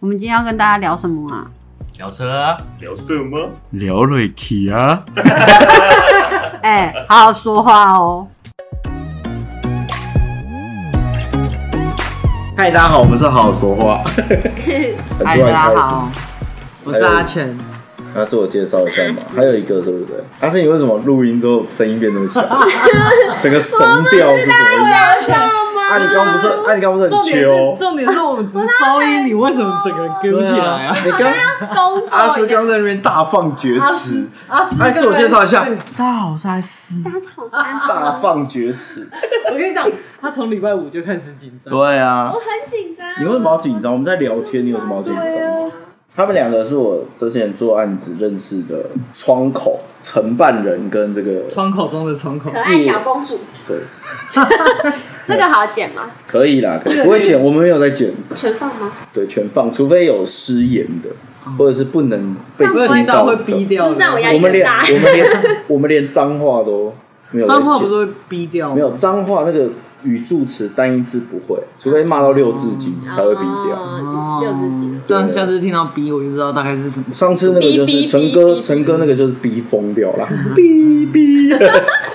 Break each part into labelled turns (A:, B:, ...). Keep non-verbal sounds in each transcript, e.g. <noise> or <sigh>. A: 我们今天要跟大家聊什么啊？
B: 聊车啊，
C: 聊色吗？
D: 聊瑞奇啊，
A: 哎、好好说话哦。
C: 嗨，大家好，我们是好好说话。很
A: 嗨，
C: 突
A: 大
C: 然
A: 家
C: 开始
A: 好，
E: 我是阿全，
C: 那自我介绍一下嘛，还有一个对不对？阿是你为什么录音之后声音变那么小？整个怂掉是什么意思？
E: 阿全，
C: 啊，你刚不是，啊，你刚不是很
E: 重点
C: 秋
E: 是？重点是我们只是收音，你为什么整个人跟不起来啊？
C: 你刚
F: 工作
C: 阿斯刚在那边大放厥词，
E: 阿全
C: 来自我介绍一下，
E: 大家好，我是阿斯。
C: 大放厥词。
E: <laughs> 我跟你讲，他从礼拜五就开始紧张。
C: 对啊
F: 我，很紧张。
C: 你为什么好紧张？我们在聊天，你有什么好紧
E: 啊
C: 张？他们两个是我之前做案子认识的窗口承办人跟这个
E: 窗口中的窗口
F: 可，爱小公主，
C: 对，
F: 这个好剪吗？
C: 可以啦，可以不会剪，我们没有在剪，
F: 全放吗？
C: 对，全放，除非有失言的，或者是不能被
E: 嗯不然
C: 听
E: 听到
C: 到
E: 会
C: 的。
E: 逼掉的。
F: 不是这样我压力
C: 我们连
F: 很大
C: 我们连我们连脏话都没有在
E: 脏话不
C: 剪
E: 是会逼掉吗？
C: 没有脏话那个语助词单一字不会，除非骂到六字经才会逼掉。
F: 哦六十几了。
E: 这样下次听到逼我就知道大概是什么
C: 上次那个就
F: 逼逼
C: 是陈
F: 逼
C: 哥，
F: 逼
C: 陈哥那个就是逼疯掉
E: <laughs>
C: 了，逼逼，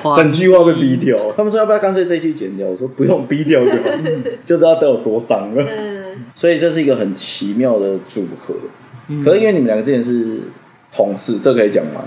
E: 话。
C: <laughs> 整句话被逼掉。他们说要不要干脆这一句剪掉？我说不用，逼掉就好，
E: <laughs>
C: 就知道得有多脏了。
F: 嗯，
C: <laughs> 所以这是一个很奇妙的组合。
E: 嗯
C: 可是因为你们两个之前是同事，这可以讲吗？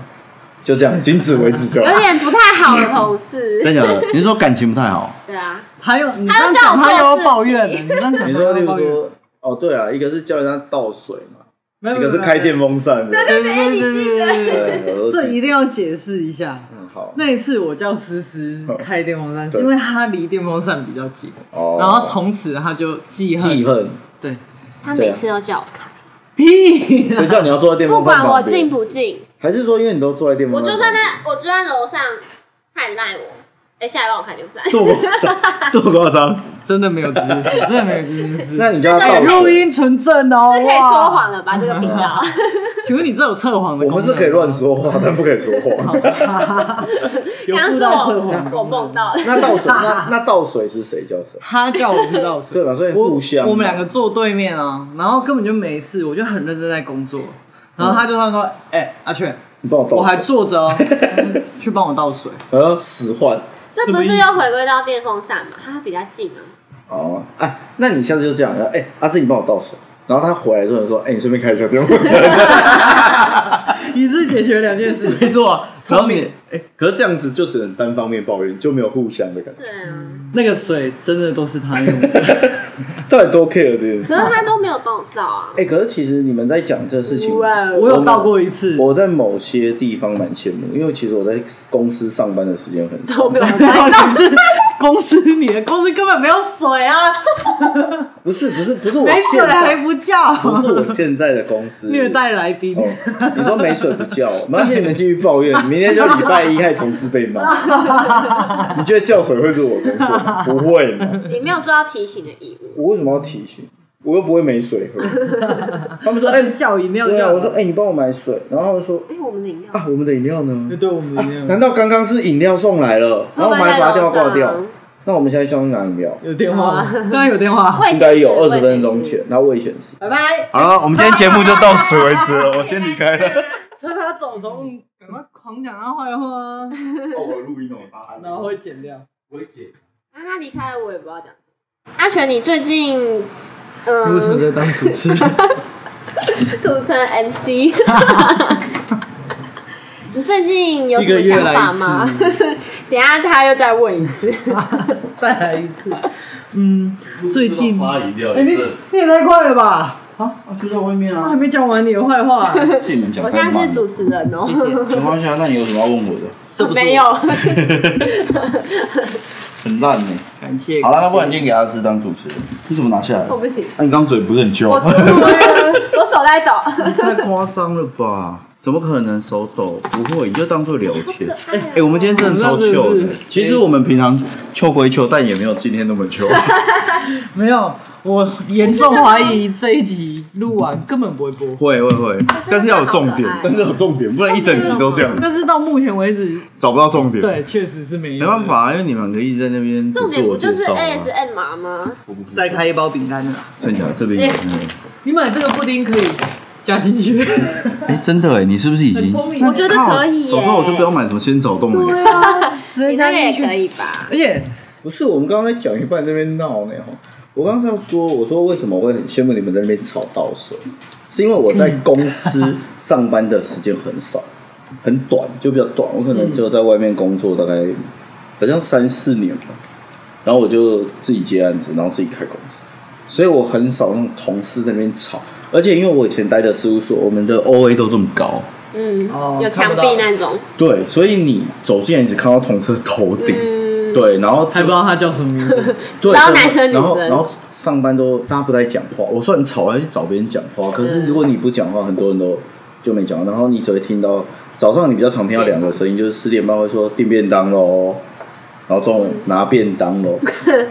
C: 就这样，仅此为止就好
F: 有。点不太好的同事。
C: 真假的？你是说感情不太好？
F: 对啊，
E: 还有你这
F: 他
E: 样
F: 要叫
E: 讲，
F: 我
E: 他有
F: 做
E: 抱
F: 事
E: 怨
F: 情
E: 的。你这样讲，
C: 你说，
E: 他
C: 例如
E: 有抱怨，
C: <laughs> 说，哦，对啊，一个是叫人家倒水嘛，
E: 没有
C: 一个是开，电风扇的。
E: 没有没有对对对对对对
C: 对，我都
E: 对，这一定要解释一下。
C: 嗯好
E: 那一次我叫思思开电风扇，是因为他离电风扇比较近，
C: 哦
E: 然后从此他就记恨。
C: 记恨，
E: 对，
F: 他每次都叫我开，
E: 屁
C: 谁叫你要坐在电
F: 不
C: 风扇
F: 管
C: 旁边？
F: 我进不进，
C: 还是说因为你都坐在电风
F: 我
C: 扇旁
F: 就算
C: 边？
F: 在我就算楼上，他也赖我。哎，下来帮我开电风扇。 <laughs>
C: 这么夸张，这么夸张？
E: 真的没有这件事，真的没有这件
C: <laughs>
E: 事。
C: 那你叫他倒
E: 录
C: 水，
E: 音纯正哦，
F: 这可以说谎了吧？这个频道，
E: 请问你这有测谎的
C: 我
E: 功能
C: 们
E: 吗？
C: 是可以乱说话，但不可以说谎。
E: 有
F: <laughs> 刚刚
E: 附
F: 是
E: 到测
F: <laughs>
E: 谎
F: 我我
E: 功能
F: 梦到的。
C: 那倒水，那那倒水是谁叫谁？
E: 他叫我去倒水，
C: 对吧所以
E: 我
C: 互相嘛
E: 我们两个坐对面啊，然后根本就没事，我就很认真在工作。然后他就算说：“
C: 嗯
E: 哎、阿雀，
C: 你帮我
E: 我还
C: 倒水。
E: 坐着
C: <laughs>
E: 哦，去帮我倒水。
C: 呃，使唤。
F: 这不是又回归到电风扇嘛？它比较近啊。
C: 哦，哎，那你下次就这样，哎，阿志，你帮我倒水。然后他回来之后说，哎，你顺便开一下电风扇。”
E: 一次解决两件事，
C: 没 <laughs> 错，
E: 然后你
C: 哎、可是这样子就只能单方面抱怨，就没有互相的感觉。 <laughs>
F: 对啊，
E: 那个水真的都是他用的。
C: 到底多 care 这件事？
F: 可是他都没有帮我倒啊。
C: 哎、可是其实你们在讲这事情，
E: 我有倒过一次，
C: 我在某些地方蛮羡慕，因为其实我在公司上班的时间很少。
F: 没有
E: 没有，公司公司你的公司根本没有水啊，
C: 不是不是不是我
E: 没水
C: 现
E: 还
C: 在，
E: 不叫，
C: 不是我现在的公司。
E: 虐待来宾。
C: 哦，你说没水不叫， <laughs> 麻烦你们继续抱怨，明天就礼拜一害同事被骂。你觉得叫水会是我工作？不会嘛？
F: 你没有做到提醒的义务。
C: 我为什么要提醒？我又不会没水喝。他们说：“哎、
E: 叫饮料
C: 对啊，
E: 叫
C: 我说，哎、你帮我买水。然后他们说
F: 哎、我们的饮料
C: 啊，我们的饮料呢？
E: 对我们一样
C: 啊难道刚刚是饮料送来了，然后我们还把它
F: 会
C: 掉
F: 不会在楼
C: 挂掉
F: 上？
C: 那我们现在需要拿饮料，
E: 有电话吗？刚刚有电话。
F: 未
C: 应
F: 显
C: 该
F: 示
C: 有二
F: 未
C: 十
F: 显
C: 分钟
F: 示
C: 前，然后未显示。
E: 拜拜，
D: 好了，我们今天节目就到此为止了，我先离开了。
E: 趁他走的时候，嗯赶快狂讲他坏话，
C: 哦，我录音我啥
E: <laughs> 然后会剪掉。
C: 我会剪。
F: 那他离开了，我也不知道讲什么。阿璇，你最近嗯，
E: 在当主持人？
F: <laughs> 土城
E: <laughs>
F: MC，你最近有
E: 一
F: 什
E: 个
F: 么
E: 月
F: 想
E: 来
F: 法
E: 一
F: 吗？ <laughs>
E: 次，
F: 等一下他又再问
E: <laughs>
F: 一次。
E: <laughs> 再来一次。
C: 哎
E: 嗯，最近，
C: 发饮料
E: 哎，你你也太快了吧！
C: 啊，就在外面
E: 他
C: 啊
E: 还，没讲完你的坏话，
C: 自己们讲。
F: 啊我现在是主持人哦、
C: 没关系啊，那你有什么要问我的？
E: 这不是我
F: 没有。 <laughs>
C: 很烂呢。
E: <laughs> 感谢。
C: 好了，那不然今天给阿斯当主持人，你怎么拿下来？
F: 我不行，
C: 那你刚嘴不是很
F: 我
E: 哦 <laughs>
C: 翘？
F: 我我手在抖。
C: <laughs> 太夸张了吧？怎么可能手抖？不会，你就当做聊天。哎、我们今天真的超糗的。其实我们平常糗归糗，但也没有今天那么糗。
E: 没有，我严重怀疑这一集录完根本不会播。
C: <laughs> 会会会，但是要有重点
F: 好可爱，
C: 但是有重点，不然一整集都这样，
E: 但是到目前为止，
C: 找不到重点。
E: 对，确实是没有。
C: 没办，法、啊，因为你们两个一直在那边
F: 重点
C: 自
F: 不
C: 我
F: 就
C: 介
F: 是
C: 绍啊
F: ASMR 吗？
E: 再开一包饼干的啦。
F: 哎
C: 剩下这边有。
E: 你买这个布丁可以加进 <laughs> 去。
C: 哎，真的哎，你是不是已经
E: 很？聪明
F: 我觉得可以耶啊
C: 早知道我就不要买什么仙草冻了。
F: 你那个也可以吧？
E: 而且
C: 不是，我们刚刚在讲一半在那边闹呢吼我刚刚是要说，我说为什么我会很羡慕你们在那边吵到手，是因为我在公司上班的时间很少， <laughs> 很短，就比较短。我可能只有在外面工作大概好像三四年吧，然后我就自己接案子，然后自己开公司，所以我很少那种同事在那边吵。而且因为我以前待的事务所，我们的 O A 都这么高，
F: 嗯
E: 哦，
F: 有墙壁那种，
C: 对，所以你走进来只看到同事的头顶，
F: 嗯，
C: 对，然后就
E: 还不知道它叫什么名 <laughs> 字，
C: 对，
F: 然后男生女
C: 然后
F: 生
C: 然后上班都大家不太讲话，我算吵还是找别人讲话，可
F: 嗯
C: 是如果你不讲话，很多人都就没讲话，然后你只会听到早上你比较常听到两个声音，就是四点半会说订便当喽，然后中午拿便当
F: <laughs>
C: 喽，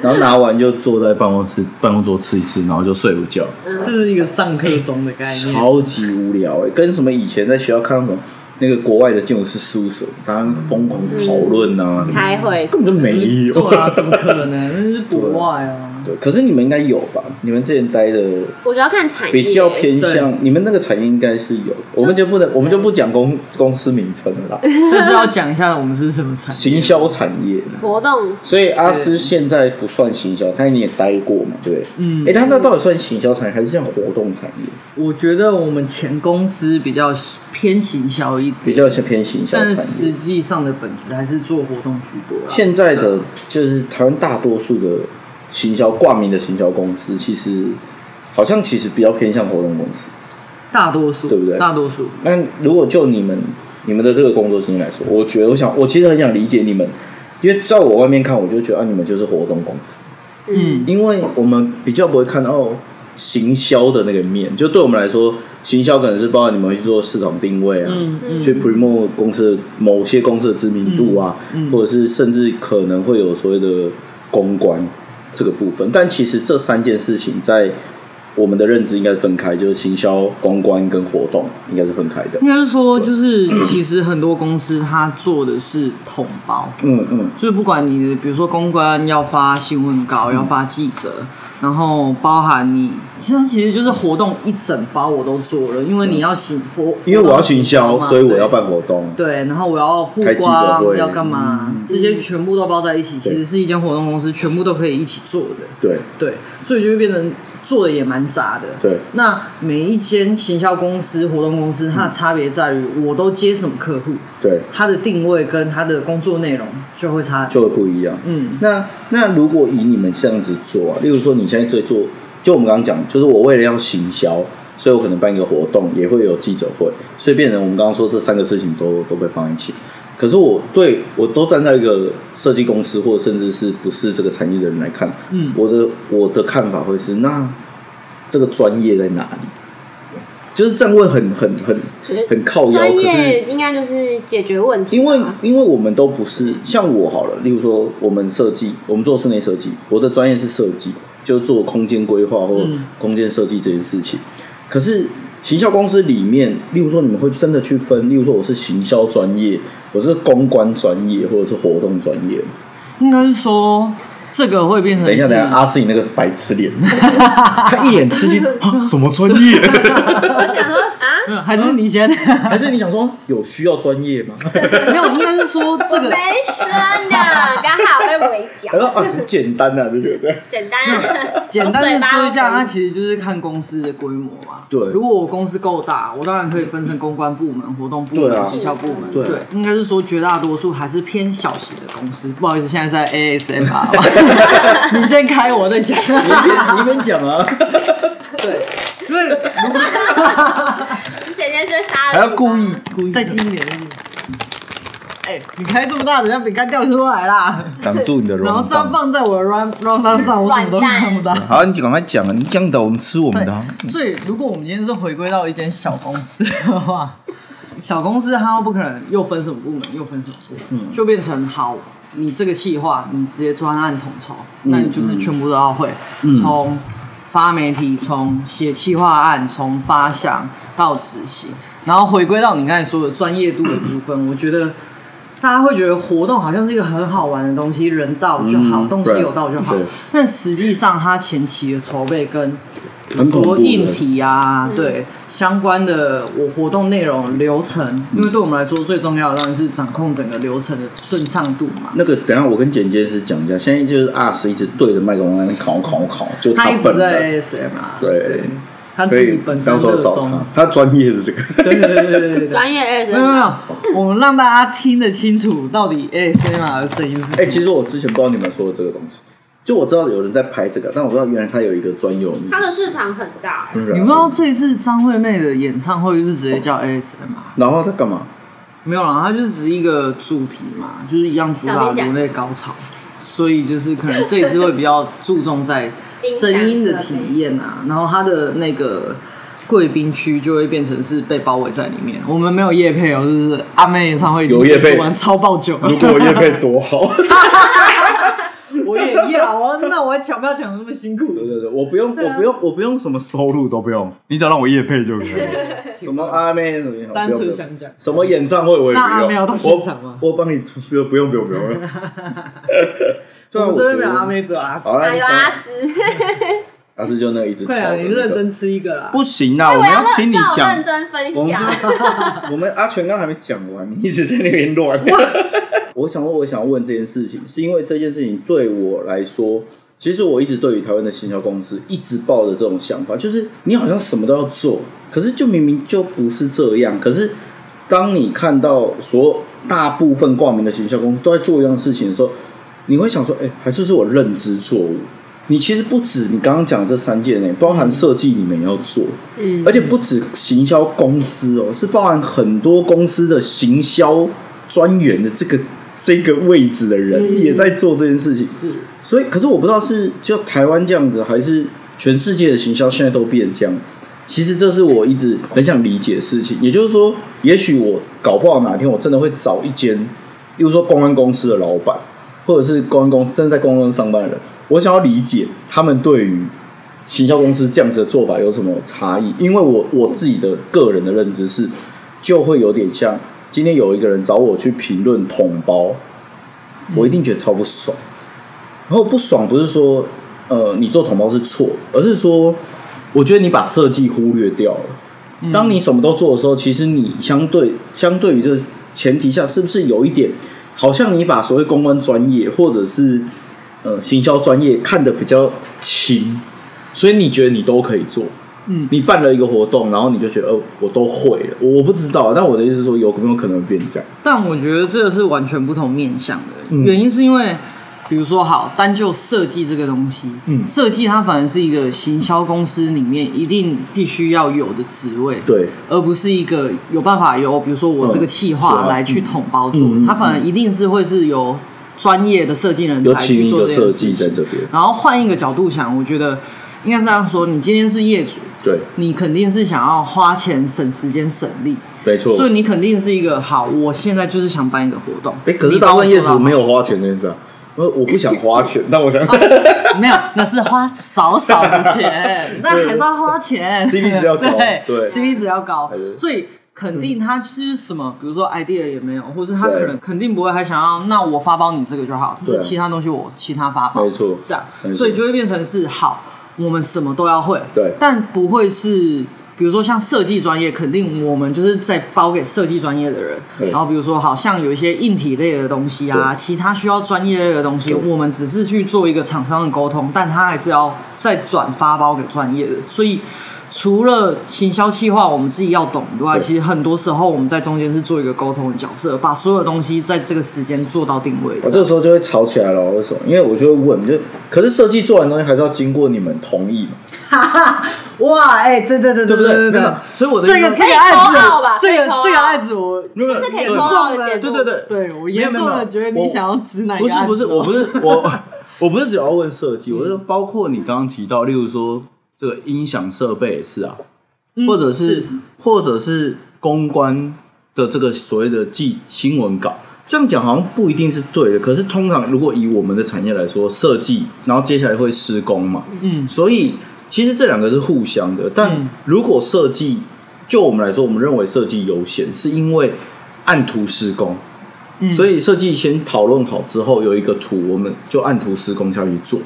C: 然后拿完就坐在办公室办公桌吃一吃，然后就睡午觉，
E: 这是一个上课中的概念。
C: 超级无聊哎、跟什么以前在学校看到什么那个国外的建筑师事务所，大家疯狂
F: 嗯
C: 讨论啊，
F: 开会
C: 根本就没有。
E: 对啊，怎么可能？那是国外啊。
C: 对，可是你们应该有吧？你们之前待的
F: 我觉得要看产业，
C: 比较偏向你们那个产业应该是有，我们就不能，我们就不讲公公司名称了
E: <laughs>
C: 啦，
E: 但是要讲一下我们是什么产业。
C: 行销产业。
F: 活动，
C: 所以阿斯现在不算行销，但你也待过嘛，对不对？
E: 嗯
C: 哎、他那到底算行销产业还是像活动产业？
E: 我觉得我们前公司比较偏行销一点，
C: 比较是偏行销
E: 但
C: 产
E: 实
C: 业。
E: 际上的本质还是做活动居多啦。
C: 现在的就是台湾大多数的行销挂名的行销公司，其实好像其实比较偏向活动公司。
E: 大多数
C: 对不对
E: 大多数
C: 那如果就你们你们的这个工作经验来说，我觉得我想我其实很想理解你们，因为在我外面看，我就觉得啊，你们就是活动公司，
E: 嗯
C: 因为我们比较不会看到行销的那个面，就对我们来说，行销可能是包含你们会去做市场定位啊，
E: 嗯
F: 嗯
C: 去 promote 公司的某些公司的知名度啊，或者是甚至可能会有所谓的公关这个部分。但其实这三件事情在我们的认知应该是分开，就是行销、公关跟活动应该是分开的。
E: 应该是说，就是其实很多公司它做的是统包，
C: 嗯嗯，
E: 就是不管你的，比如说公关要发新闻稿，要发记者，然后包含你，其实其实就是活动一整包我都做了，因为你要行活，
C: 因为我要行
E: 活
C: 销，
E: 动嘛
C: 所以我要。办活动。
E: 对，对然后我要曝
C: 开记者
E: 光，
C: 会嗯
E: 要干嘛？这些全部都包在一起，其实是一间活动公司，全部都可以一起做的。
C: 对
E: 对，所以就会变成做的也蛮杂的。
C: 对，
E: 那每一间行销公司、活动公司，它的差别在于我都接什么客户，
C: 对，
E: 它的定位跟它的工作内容就会差。
C: 就会不一样。
E: 嗯，
C: 那那如果以你们这样子做啊，例如说你现在在做，就我们刚刚讲，就是我为了要行销，所以我可能办一个活动，也会有记者会，所以变成我们刚刚说这三个事情都都被放一起。可是我对我都站在一个设计公司，或甚至是不是这个产业的人来看，
E: 嗯
C: 我的我的看法会是，那这个专业在哪里？就是这样问很很很
F: 觉
C: 很靠腰，
F: 专
C: 嗯哦可是
F: 业应该就是解决问题吧，
C: 因为
E: 啊
C: 因为我们都不是像我好了，例如说我们设计，我们做室内设计，我的专业是设计，就做空间规划或
E: 嗯
C: 空间设计这件事情。可是行销公司里面，例如说你们会真的去分，例如说我是行销专业，我是公关专业，或者是活动专业。
E: 应该是说这个会变成
C: 等一下，
E: 是
C: 等一下，阿斯你那个是白痴
E: <laughs>
C: 脸，他一脸吃惊，啊什么专业？ <laughs>
F: 我想说 <laughs> 啊，
E: 还是你先
C: 还是你想说有需要专业吗？ <laughs>
E: 没有？应该是说这
F: <laughs>
E: 个
F: 没生的， <laughs> 不要害我被围剿
C: 然，后啊，很简单啊，就觉得这样。
F: 简单啊，
E: 简单的说一
F: <laughs>
E: 下，啊它
F: 我嘴巴
E: 其实就是看公司的规模嘛。
C: 对
E: 如果我公司够大，我当然可以分成公关部门、活动部
C: 对
E: 门、
C: 啊
E: 行销部门。
C: 对
E: 对，应该是说绝大多数还是偏小型的
C: <laughs>
E: 公司。不好意思，现在在 ASMR，你先开我再讲。
C: 你一边你一边讲啊，
E: 对，因为如果 <laughs>
F: 很简单就是杀
C: 还
F: 人
C: 要故意故意
E: 再轻一点。哎、你开这么大，等下饼干掉出
C: <laughs>
E: 来啦！
C: 挡住你的
E: 然后
C: 容
E: 这样
C: 棒。
E: 放在我的 round round down 上，我什么都看不到。
C: 好，你就赶快讲啊！你这样的，我们吃我们的啊、
E: 所以，如果我们今天是回归到一间小公司的话， <laughs> 小公司它不可能又分什么部门，又分什么部
C: 嗯
E: 门，就变成好，你这个企划，你直接专案统筹，
C: 嗯
E: 那你就是全部都要会，从发媒体，从写企划案，从发想到执行，然后回归到你刚才说的专业度的部分，我觉得。大家会觉得活动好像是一个很好玩的东西，人到就好，
C: 嗯
E: 东西有到就好
C: 对。
E: 但实际上，它前期的筹备跟
C: 很恐怖
E: 说
C: 的
E: 硬体啊，对相关的我活动内容流程，
C: 嗯
E: 因为对我们来说最重要的当然是掌控整个流程的顺畅度嘛。
C: 那个等一下我跟简介师讲一下，现在就是阿斯一直对着麦克风在那边烤烤烤，就
E: 他一直
C: 本人，
E: 在 SM 啊，
C: 对，
E: 他自
C: 可
E: 己
C: 以
E: 本身
C: 到时候
E: 热
C: 找
E: 衷
C: 他，，他专业是这个，
E: 对对对对对对。
F: 专业 S
E: 没有没有，我们让大家听得清楚到底 ASMR 的声音是什
C: 哎、
E: 么。
C: 其实我之前不知道你们说的这个东西，就我知道有人在拍这个，但我不知道原来他有一个专有名。
F: 它的市场很大，
E: 你不知道这一次张惠妹的演唱会就是直接叫 ASMR，
C: 然后他干嘛？
E: 没有啦，它就是只是一个主题嘛，就是一样主打颅内高潮，所以就是可能这一次会比较注重在声音的体验啊，然后它的那个贵宾区就会变成是被包围在里面。我们没有夜配哦，就是阿妹演唱会已经
C: 有业配
E: 结束完超爆久了，
C: 如果我叶配多好，
E: <laughs> 我也要啊，那我还抢票抢得那么辛苦
C: 对，对对，我不用，
E: 啊
C: 我不用，我不用什么收入都不用，
D: 你只要让我夜配就可以了。
E: <laughs>
C: 什么阿妹什么也好，
E: 单
C: 不
E: 纯
C: 用
E: 想讲。
C: 什么演唱会我也
E: 那阿
C: 不
E: 妹
C: 用，
E: 要到现场吗
C: 我我帮你，不用不用不用不用。对啊，
E: <laughs> <laughs> 我
C: 我
E: 这
C: 觉
E: 边没
C: 得
E: 有阿妹，只有
C: <laughs>
E: 阿
C: 好
E: 四。
C: 了，
F: 还
C: 你
F: 有
C: 当
F: 阿斯，
C: 阿斯就那一直吵
E: 快
C: 的
E: 啊，
C: 那
E: 你
C: 个
E: 认真吃一个啦！
D: 不行啊，我
F: 我
D: 们
F: 要 <laughs>
D: 要听
F: 认
D: 你
F: 真认
D: 讲。
F: 真分
C: 我们
F: 享。
C: 我们阿全刚还没讲完，你一直在那边乱。我想 <laughs> 问，我想问这件事情，是因为这件事情对我来说，其实我一直对于台湾的行销公司一直抱着这种想法，就是你好像什么都要做，可是就明明就不是这样。可是当你看到所有大部分挂名的行销公司都在做一样的事情的时候，你会想说，哎、还是是我认知错误？你其实不止你刚刚讲的这三件呢，包含设计你们也要做， <laughs>
F: 嗯
C: 而且不止行销公司哦，是包含很多公司的行销专员的这个这个位置的人也在做这件事情。
E: 是
C: 所以，可是我不知道是就台湾这样子，还是全世界的行销现在都变这样子。其实这是我一直很想理解的事情。也就是说，也许我搞不好哪天我真的会找一间，例如说公安公司的老板，或者是公安公司正在公安公司上班的人，我想要理解他们对于行销公司这样子的做法有什么差异？因为我我自己的个人的认知是，就会有点像今天有一个人找我去评论统包，我一定觉得超不爽。然后不爽不是说呃你做统包是错，而是说我觉得你把设计忽略掉了。当你什么都做的时候，其实你相对相对于这个前提下，是不是有一点好像你把所谓公关专业或者是呃行销专业看得比较轻，所以你觉得你都可以做。
E: 嗯，
C: 你办了一个活动，然后你就觉得，呃，我都会了。我我不知道，但我的意思是说，有没有可能会变这样？
E: 但我觉得这个是完全不同面向的，
C: 嗯
E: 原因是因为，比如说好，单就设计这个东西，
C: 嗯
E: 设计它反而是一个行销公司里面一定必须要有的职位，
C: 对，
E: 而不是一个有办法由比如说我这个企
C: 嗯
E: 划
C: 是啊
E: 来去统包做，
C: 嗯嗯嗯
E: 它反而一定是会是由专业的设计人
C: 有
E: 才
C: 请
E: 去
C: 一
E: 做
C: 个
E: 这件
C: 设
E: 事
C: 计
E: 情。
C: 在这边，
E: 然后换一个角度想，我觉得应该是这样说：你今天是业主，
C: 对，
E: 你肯定是想要花钱、省时间、省力，
C: 没错。
E: 所以你肯定是一个好，我现在就是想办一个活动。
C: 哎、可是
E: 你帮
C: 大部
E: 我
C: 分业
E: 做到
C: 主没有花钱这件事啊。我我不想花钱，但我想
E: 没有，那是花少少的
C: <laughs>
E: 钱，<laughs> 那还是要花钱。
C: CP 值要高
E: 对
C: 对
E: ，CP 值要高
C: 对，
E: 所以肯定他就是什么，比如说 idea 也没有，或是他
C: 对
E: 可能肯定不会还想要，那我发包你这个就好，就
C: 对啊
E: 是其他东西我其他发包，
C: 没错
E: 这样
C: 没，错
E: 所以就会变成是好，我们什么都要会，
C: 对
E: 但不会是。比如说像设计专业，肯定我们就是在包给设计专业的人。
C: 对
E: 然后比如说，好像有一些硬体类的东西啊，
C: 对
E: 其他需要专业类的东西，
C: 对
E: 我们只是去做一个厂商的沟通，但他还是要再转发包给专业的。所以除了行销企划我们自己要懂以外，
C: 对
E: 其实很多时候我们在中间是做一个沟通的角色，把所有东西在这个时间做到定位。
C: 我哦这时候就会吵起来了。为什么？因为我就会问，就可是设计做完的东西还是要经过你们同意嘛，
E: <laughs> 哇，哎、对对对
C: 对不
E: 对
C: 对？
E: 对
C: 真的，所以我的
E: 这
C: 意
E: 个
C: 思
E: 这
F: 可以
E: 个案
F: 扣号吧
E: 子，这个
F: 可以扣号
E: 这个案子我
C: 没有没有
F: 这是可以
C: 对
F: 扣号的结
C: 对对
F: 果
C: 对
E: 对我
C: 没有
E: 严
C: 没有
E: 重的觉得
C: 我
E: 你想要指哪一
C: 不
E: 个
C: 是
E: 案子
C: 不是，
E: 哦
C: 我
E: <laughs>
C: 不是我，我不是只要问设计，我是说包括你刚刚提到，例如说这个音响设备也是啊，
E: 嗯
C: 或者是或者是公关的这个所谓的记新闻稿，这样讲好像不一定是对的。可是通常如果以我们的产业来说，设计，然后接下来会施工嘛，
E: 嗯
C: 所以其实这两个是互相的。但
E: 嗯
C: 如果设计，就我们来说，我们认为设计优先，是因为按图施工。
E: 嗯
C: 所以设计先讨论好之后，有一个图，我们就按图施工下去做。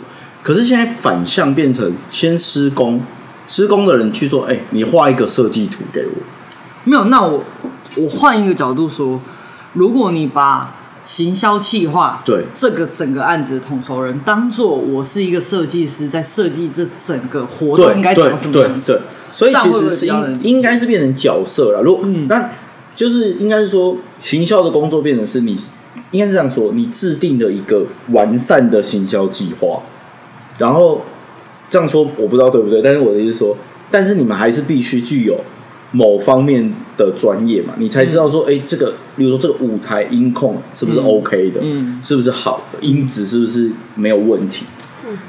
C: 可是现在反向变成先施工，施工的人去说，哎、你画一个设计图给我，
E: 没有，那我我换一个角度说，如果你把行销企划
C: 对
E: 这个整个案子的统筹人当做我是一个设计师，在设计这整个活动
C: 对
E: 应该
C: 对
E: 长什么
C: 对
E: 样子，
C: 对，所以
E: 这样
C: 其
E: 会不
C: 实
E: 会
C: 是
E: 比较能
C: 应应该是变成角色了。如果、
E: 嗯
C: 那就是应该是说，行销的工作变成是你应该是这样说，你制定了一个完善的行销计划，然后这样说我不知道对不对，但是我的意思是说，但是你们还是必须具有某方面的专业嘛，你才知道说，哎、这个，比如说这个舞台音控是不是 OK 的，
E: 嗯
C: 是不是好的，音质是不是没有问题。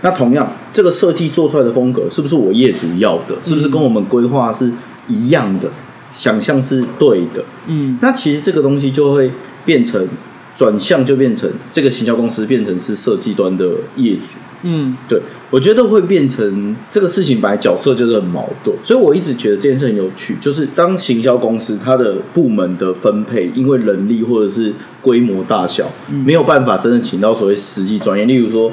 C: 那同样，这个设计做出来的风格是不是我业主要的？是不是跟我们规划是一样的？想象是对的。
E: 嗯，
C: 那其实这个东西就会变成转向，就变成这个行销公司变成是设计端的业主。
E: 嗯，
C: 对，我觉得会变成这个事情，本来角色就是很矛盾，所以我一直觉得这件事很有趣，就是当行销公司它的部门的分配，因为人力或者是规模大小，没有办法真的请到所谓实际专业，例如说。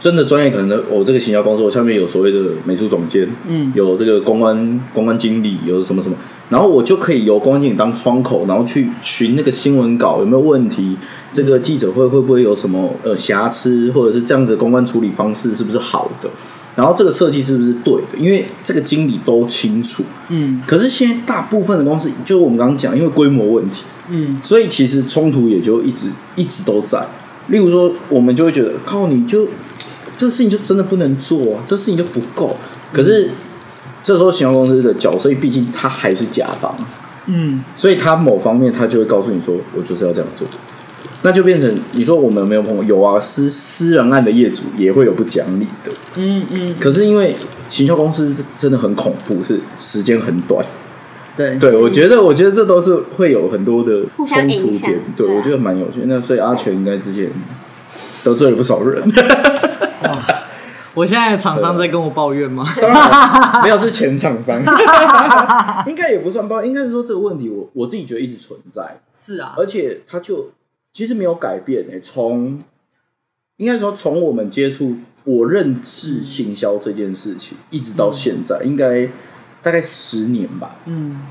C: 真的专业可能我、这个行销公司，我下面有所谓的美术总监，嗯，有这个公关公关经理，有什么什么，然后我就可以由公关经理当窗口，然后去寻那个新闻稿有没有问题，这个记者会会不会有什么呃瑕疵，或者是这样子的公关处理方式是不是好的，然后这个设计是不是对的，因为这个经理都清楚，
E: 嗯，
C: 可是现在大部分的公司，就是我们刚刚讲，因为规模问题，
E: 嗯，
C: 所以其实冲突也就一直一直都在。例如说，我们就会觉得靠，你就这事情就真的不能做、啊，这事情就不够。可是、这时候行销公司的角色，毕竟他还是甲方，
E: 嗯，
C: 所以他某方面他就会告诉你说，我就是要这样做。那就变成你说我们有没有碰过？有啊，私私人案的业主也会有不讲理的。
E: 嗯嗯，
C: 可是因为行销公司真的很恐怖，是时间很短，
E: 对，
C: <laughs> 对，我觉得，我觉得这都是会有很多的
F: 互
C: 冲
F: 相
C: 突
F: 影响
C: 点，对
F: 对啊
C: 我觉得蛮有趣的。那所以阿全应该之前得罪了不少
F: <laughs>
C: 人，
E: 我现在的厂商在跟我抱怨吗？ <laughs>
C: 当然没有是前厂商， <laughs> 应该也不算包，应该是说这个问题我我自己觉得一直存在，
E: 是啊，
C: 而且它就其实没有改变诶、从应该说从我们接触我认识行销这件事情，一直到现在，应该大概十年吧，
E: 嗯，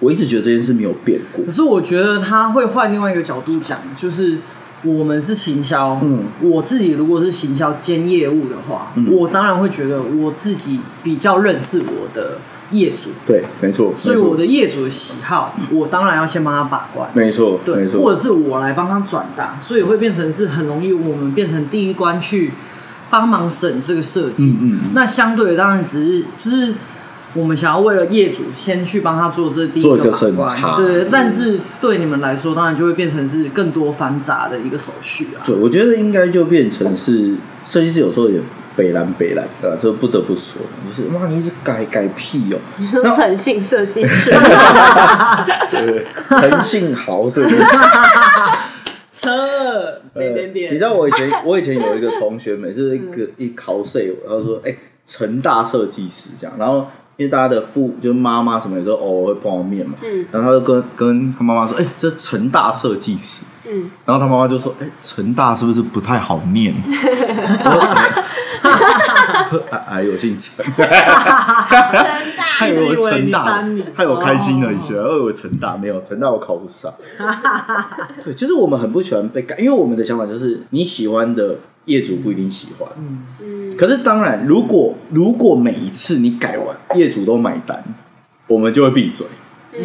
C: 我一直觉得这件事没有变过
E: 可，是我觉得他会换另外一个角度讲，就是我们是行销，
C: 嗯，
E: 我自己如果是行销兼业务的话，我当然会觉得我自己比较认识我的业主，
C: 对，没错，
E: 所以
C: 没错
E: 我的业主的喜好，我当然要先帮他把关。
C: 没错，
E: 对
C: 没，错，
E: 或者是我来帮他转达，所以会变成是很容易，我们变成第一关去帮忙审这个设计。
C: 嗯嗯嗯
E: 那相对的，当然只是就是我们想要为了业主先去帮他做这第一
C: 做一个
E: 把关
C: 审查
E: 对。但是对你们来说，当然就会变成是更多繁杂的一个手续啊。
C: 对，我觉得应该就变成是设计师有时候也北蓝北蓝的啦，这不得不说，就是哇，你一直改改屁
E: <laughs>
C: 哦、
F: 你说
C: 那
F: 诚信设计师，
C: 对不对？诚信豪是不是？
E: 车点点点，
C: 呃你知道我以前我以前有一个同学，每次一个一考 C，我他说哎、成大设计师这样，然后因为大家的父就是妈妈什么，有时候偶尔会碰到面嘛，
F: 嗯
C: 然后他就跟跟他妈妈说，哎、这是成大设计师，
F: 嗯，
C: 然后他妈妈就说，哎、成大是不是不太好念？我说哎 <laughs> 哎，我姓陈。
F: 真
C: 害
F: 大，
C: 我成
E: 以
C: 大
E: 为你
C: 了
E: 单，
C: 害我开心了一下，害我成大没有成大我考不上。对，就是我们很不喜欢被改，因为我们的想法就是你喜欢的业主不一定喜欢。
F: 嗯，
C: 可是当然，如果如果每一次你改完，业主都买单，我们就会闭嘴，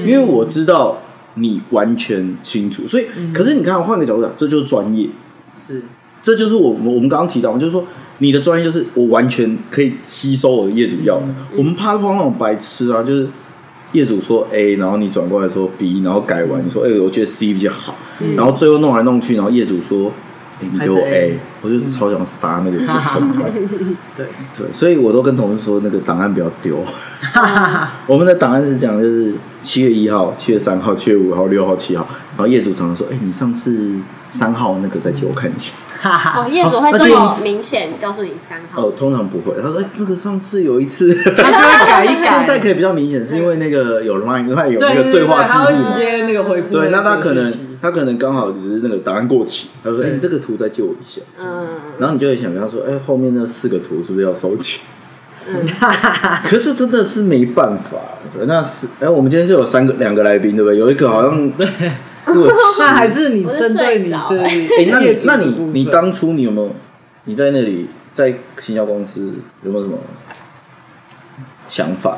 C: 因为我知道你完全清楚。所以，可是你看，换个角度讲，这就是专业。
E: 是
C: 这就是我们我们刚刚提到，就是说你的专业就是我完全可以吸收我的业主要
E: 嗯
C: 的。我们怕碰那种白痴啊，就是业主说 A，然后你转过来说 B，然后改完你说哎、我觉得 C 比较好，然后最后弄来弄去，然后业主说。哎你给我
E: 嗯还是
C: A，
E: A 嗯
C: 我就超想杀那个人去冲他
E: <laughs> 对，
C: 对，所以我都跟同事说，那个档案不要
E: <laughs>
C: 丢。我们的档案是这样，就是七月一号、七月三号、七月五号、六号、七号，然后业主常常说：“哎、你上次三号那个再借我看一下。”
E: 哈哈，<laughs>
F: <laughs> 哦，业主会
C: 那这
F: 这么
C: 样
F: 明显告诉你三号，
C: 哦，通常不会。他说：“哎、那个上次有一次，
E: 他就会改一改。
C: <laughs> 现在可以比较明显，是因为那个有 Line Line 有那
E: 对
C: 个
E: 对
C: 话
E: 对，
C: 记
E: 他会
C: 录
E: 直
C: 嘛。
E: 接那个回复。
C: 对，那他可能他可能刚好只是那个档案过期，他说：‘哎、
E: 对
C: 你这个图再借我一下。’
F: 嗯，
C: 然后你就会想跟他说：‘哎、后面那四个图是不是要收起？’ <laughs>
F: 嗯
C: 可是这真的是没办法。对，那是哎、我们今天是有三个两个来宾，对不对？有一个好
E: <laughs>
C: 像弱智。
E: <laughs> 那还是你
F: 我是
E: 针对你
F: 睡着
E: 对
C: 哎、那
E: <laughs> 业
C: 你
E: 主
C: 那
E: 的
C: 你
E: 部分
C: 你当初你有没有你在那里在行销公司有没有什么想法？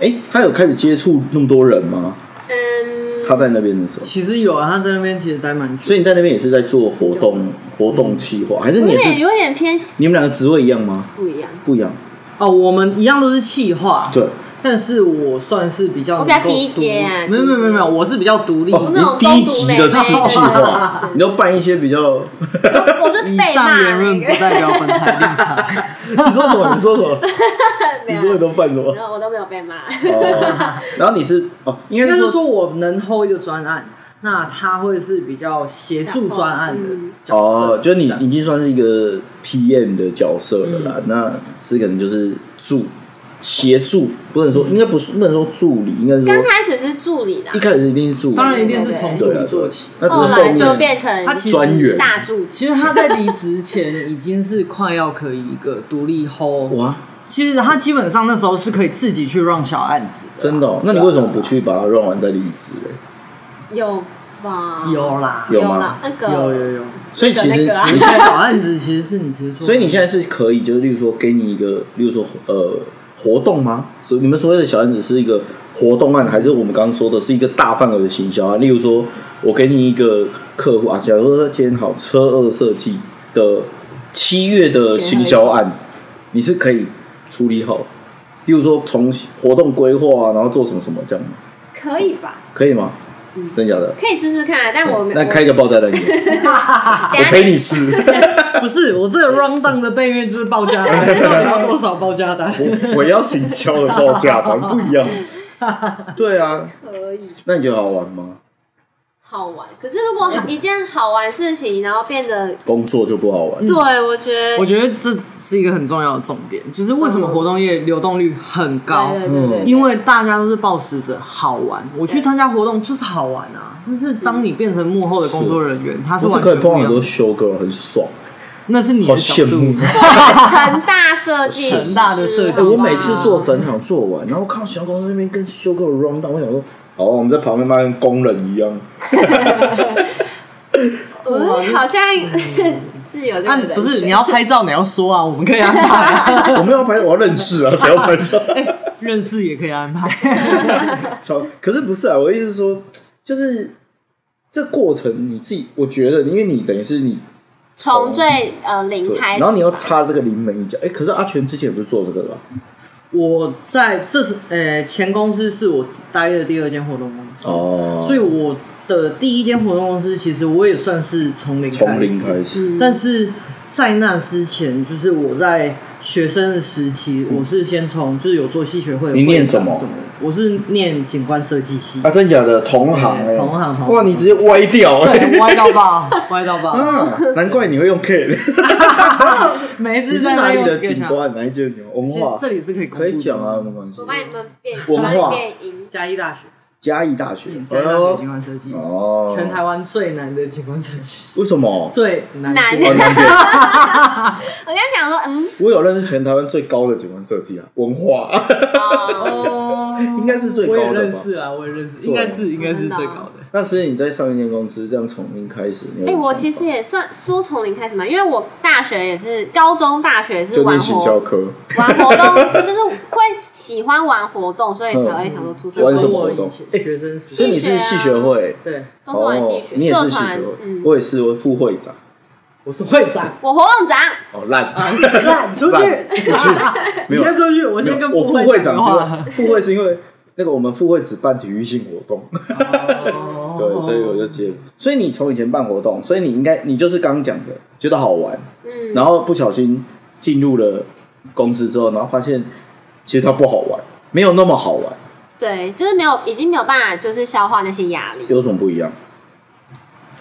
C: 哎、他有开始接触那么多人吗？
F: 嗯，
C: 他在那边的时候，
E: 其实有啊，他在那边其实待蛮久
C: 所，以你在那边也是在做活动活动企划，还是
F: 有
C: 你也
F: 点
C: 是
F: 有点偏
C: 你们两个职位一样吗？
F: 不一样。
C: 不一样，
E: 哦，我们一样都是企划，
C: 对，
E: 但是我算是比较
F: 我比较
E: 能够
F: 低阶啊
E: 独没有没有没有没有，我是比较独立，
C: 哦，
F: 那种
C: 你低级的
F: 中
C: 企
F: 毒美
C: 企划， <laughs> 你要办一些比较， <laughs>
F: 我是
E: 以
F: 被
E: 上
F: 骂
E: 言
F: 的
E: 论
F: 那
E: 不
F: 个，
E: 代表本台
C: <laughs>
E: 立场。
C: 你说什么？你说什么？
F: <laughs>
C: 你
F: 没有
C: 说你都办什
F: <laughs>
C: 么？
F: 然后我都没有被骂。
C: 哦，然后你是哦，应
E: 应
C: 该
E: 该
C: 是
E: 是
C: 说
E: 说我能 hold 一个专案，那他会是比较协助专案的角色。
C: 哦，就是你
E: 这样嗯
C: 已经算是一个 PM 的角色了啦。那是可能就是助协助，不能说应该不是不能说助理，应该是
F: 刚
C: 说
F: 开始是助理啦
C: 一，开始一定是助理，
E: 当然一定是从助
C: 对啊
E: 理做起。
C: 那
F: 后
C: 只
F: 来
C: 是
F: 就
C: 后面
F: 变成
E: 他其实
C: 专员
F: 大助理。
E: 其实他在离职前已经是快要可以一个独立 hold。
C: 哇，
E: 其实他基本上那时候是可以自己去 run 小案子的。
C: 真的哦？那你
E: 啊
C: 为什么不去把它 run 完再离职嘞？
F: 有吧？
E: 有啦，
C: 有
F: 有
C: 吗
F: 啦，那个
E: 有有有。
C: 所以其实
F: 那个啊
C: 你现在
E: 小案子其实是你直接做，
C: 所以你现在是可以，就是例如说给你一个，例如说呃活动吗？所以你们所谓的小案子是一个活动案，还是我们刚刚说的是一个大范围的行销啊案？例如说，我给你一个客户啊，假如说今天好车二设计的七月的行销案，你是可以处理好，例如说从活动规划啊，然后做什么什么这样吗？
F: 可以吧？
C: 可以吗？真假的？
F: 可以试试看啊，但我没
C: 那
F: 我
C: 开个爆炸单给我，
F: 等
C: 我
F: 一下
C: 陪你试。
E: <laughs> 不是我这个 round down 的背面就是报价单，到底 <laughs> 要多少报价单？
C: <laughs> 我我要行销的报价版不
E: <laughs>
C: 一样。对啊，
F: 可以
C: 那你觉得好玩吗？
F: 好玩。可是如果一件好玩事情，然后变得
C: 工作就不好玩。
F: 对，我觉
E: 我
F: 得
E: 觉得这是一个很重要的重点，就是为什么活动业流动率很高，
F: 对对对对，
E: 因为大家都是抱持着好玩，我去参加活动就是好玩啊。但是当你变成幕后的工作人员，他是
C: 我
E: 完
C: 是可以
E: 全
C: 碰
E: 不一
C: 很
E: 样
C: 多
E: 的，
C: 修哥，很爽，
E: 那是你
C: 好
E: 的角
C: 羡慕
E: 度。。
F: 成大设计师，哦
E: 成大的设计
F: 好不
C: 我
F: 好
C: 每次做展场做完，然后看到小狗在那边跟修哥 run down，我想说，哦，我们在旁边妈跟工人一样。
E: <laughs>
F: 我好像 <laughs> 是有这
E: 那
F: 个
E: 你
F: 人
E: 不是
F: 选
E: 你要拍照，你要说啊，我们可以安排啊， <laughs>
C: 我没有拍，我要认识啊，谁要拍照？
E: 认识也可以安排。
C: 超，可是不是啊？我的意思是说，就是这过程你自己，我觉得，因为你等于是你
F: 从最呃零
C: 对，
F: 开始，
C: 然后你又插这个临门一脚。哎，可是阿全之前也不是做这个的吧？
E: <laughs> 我在这是呃前公司是我待的第二间活动公司，
C: 哦，
E: 所以我的第一间活动公司其实我也算是从零
C: 从
E: 开
C: 零
E: 始。
C: 开始，
E: 但是在那之前，就是我在学生的时期，我是先从就是有做戏学会的
C: 嗯你念
E: 会长
C: 什么
E: 什么的，我是念景观设计系，
C: 啊，真假的同行哎，
E: 对同行同行
C: 哇，你直接歪掉哎。
E: 对歪到爆，歪到
C: <laughs>
E: 爆，
C: 啊， <laughs> 难怪你会用
E: <laughs>
C: K。
E: 啊没事
C: 你是
E: 在
C: 哪
E: 那
C: 里
E: 用
C: 的
E: sketch
C: 景
E: 啊。
C: 观？哪一间牛？文
E: 现
C: 化
E: 这里是可以公布
C: 可
E: 的
C: 以讲啊，没关系
F: 我。帮你们变，
C: 文化
F: 我帮你变赢，
E: 嘉义大学，
C: 嘉义大学，
E: 嗯嘉义大学景观设计，
C: 哦，
E: 全台湾最难的景观设计，
C: 为什么？
E: 最难的。
F: 难
C: 哦南边
F: 我刚想说，嗯，
C: <laughs> 我有认识全台湾最高的景观设计啊，文化 <laughs>
F: 哦，
E: 哦，
C: 应该是最
E: <laughs> 我也
C: 高的
E: 认
C: 吧？
E: 识啊，我也认识，
C: <laughs> 对
E: 应该是应该是
F: 真的啊
E: 最高的。
C: 那是你在上一间公司这样从零开始，你有
F: 哎、
C: 什么
F: 我其实也算说从零开始嘛，因为我大学也是，高中、大学是
C: 就
F: 玩
C: 念行销
F: 活
C: 科，
F: 玩活动，就是会喜欢玩活动，所以才会想说出社
C: 玩
F: 会
C: 什
E: 跟
C: 么活
E: 我
C: 动哎
E: 以前学生时
C: 所以
E: 代
C: 你是
F: 系
C: 系
F: 学啊
C: 学会，
E: 对，
F: 都是玩戏
C: 哦你
F: 学
C: 也
F: 社
C: 是系
F: 团
C: 学会，，
F: 嗯，
C: 我也是，我副会长，
E: 我是会
C: <laughs>
E: 长。
F: 我活动长，
C: 哦，烂，
E: 啊烂 <laughs> 出
C: 烂
E: 去，
C: 没
E: 你
C: 有
E: 先出去，我
C: 没有
E: 先跟
C: 我
E: 副
C: 副会长是
E: 讲
C: 因
E: 话
C: 为。副会是因为那个我们副会只办体育性活
E: <laughs>
C: 动，对，所以我就接。所以你从以前办活动，所以你应该你就是刚讲的，觉得好玩，
F: 嗯，
C: 然后不小心进入了公司之后，然后发现其实它不好玩，没有那么好玩，
F: 对，就是没有，已经没有办法，就是消化那些压力。
C: 有什么不一样？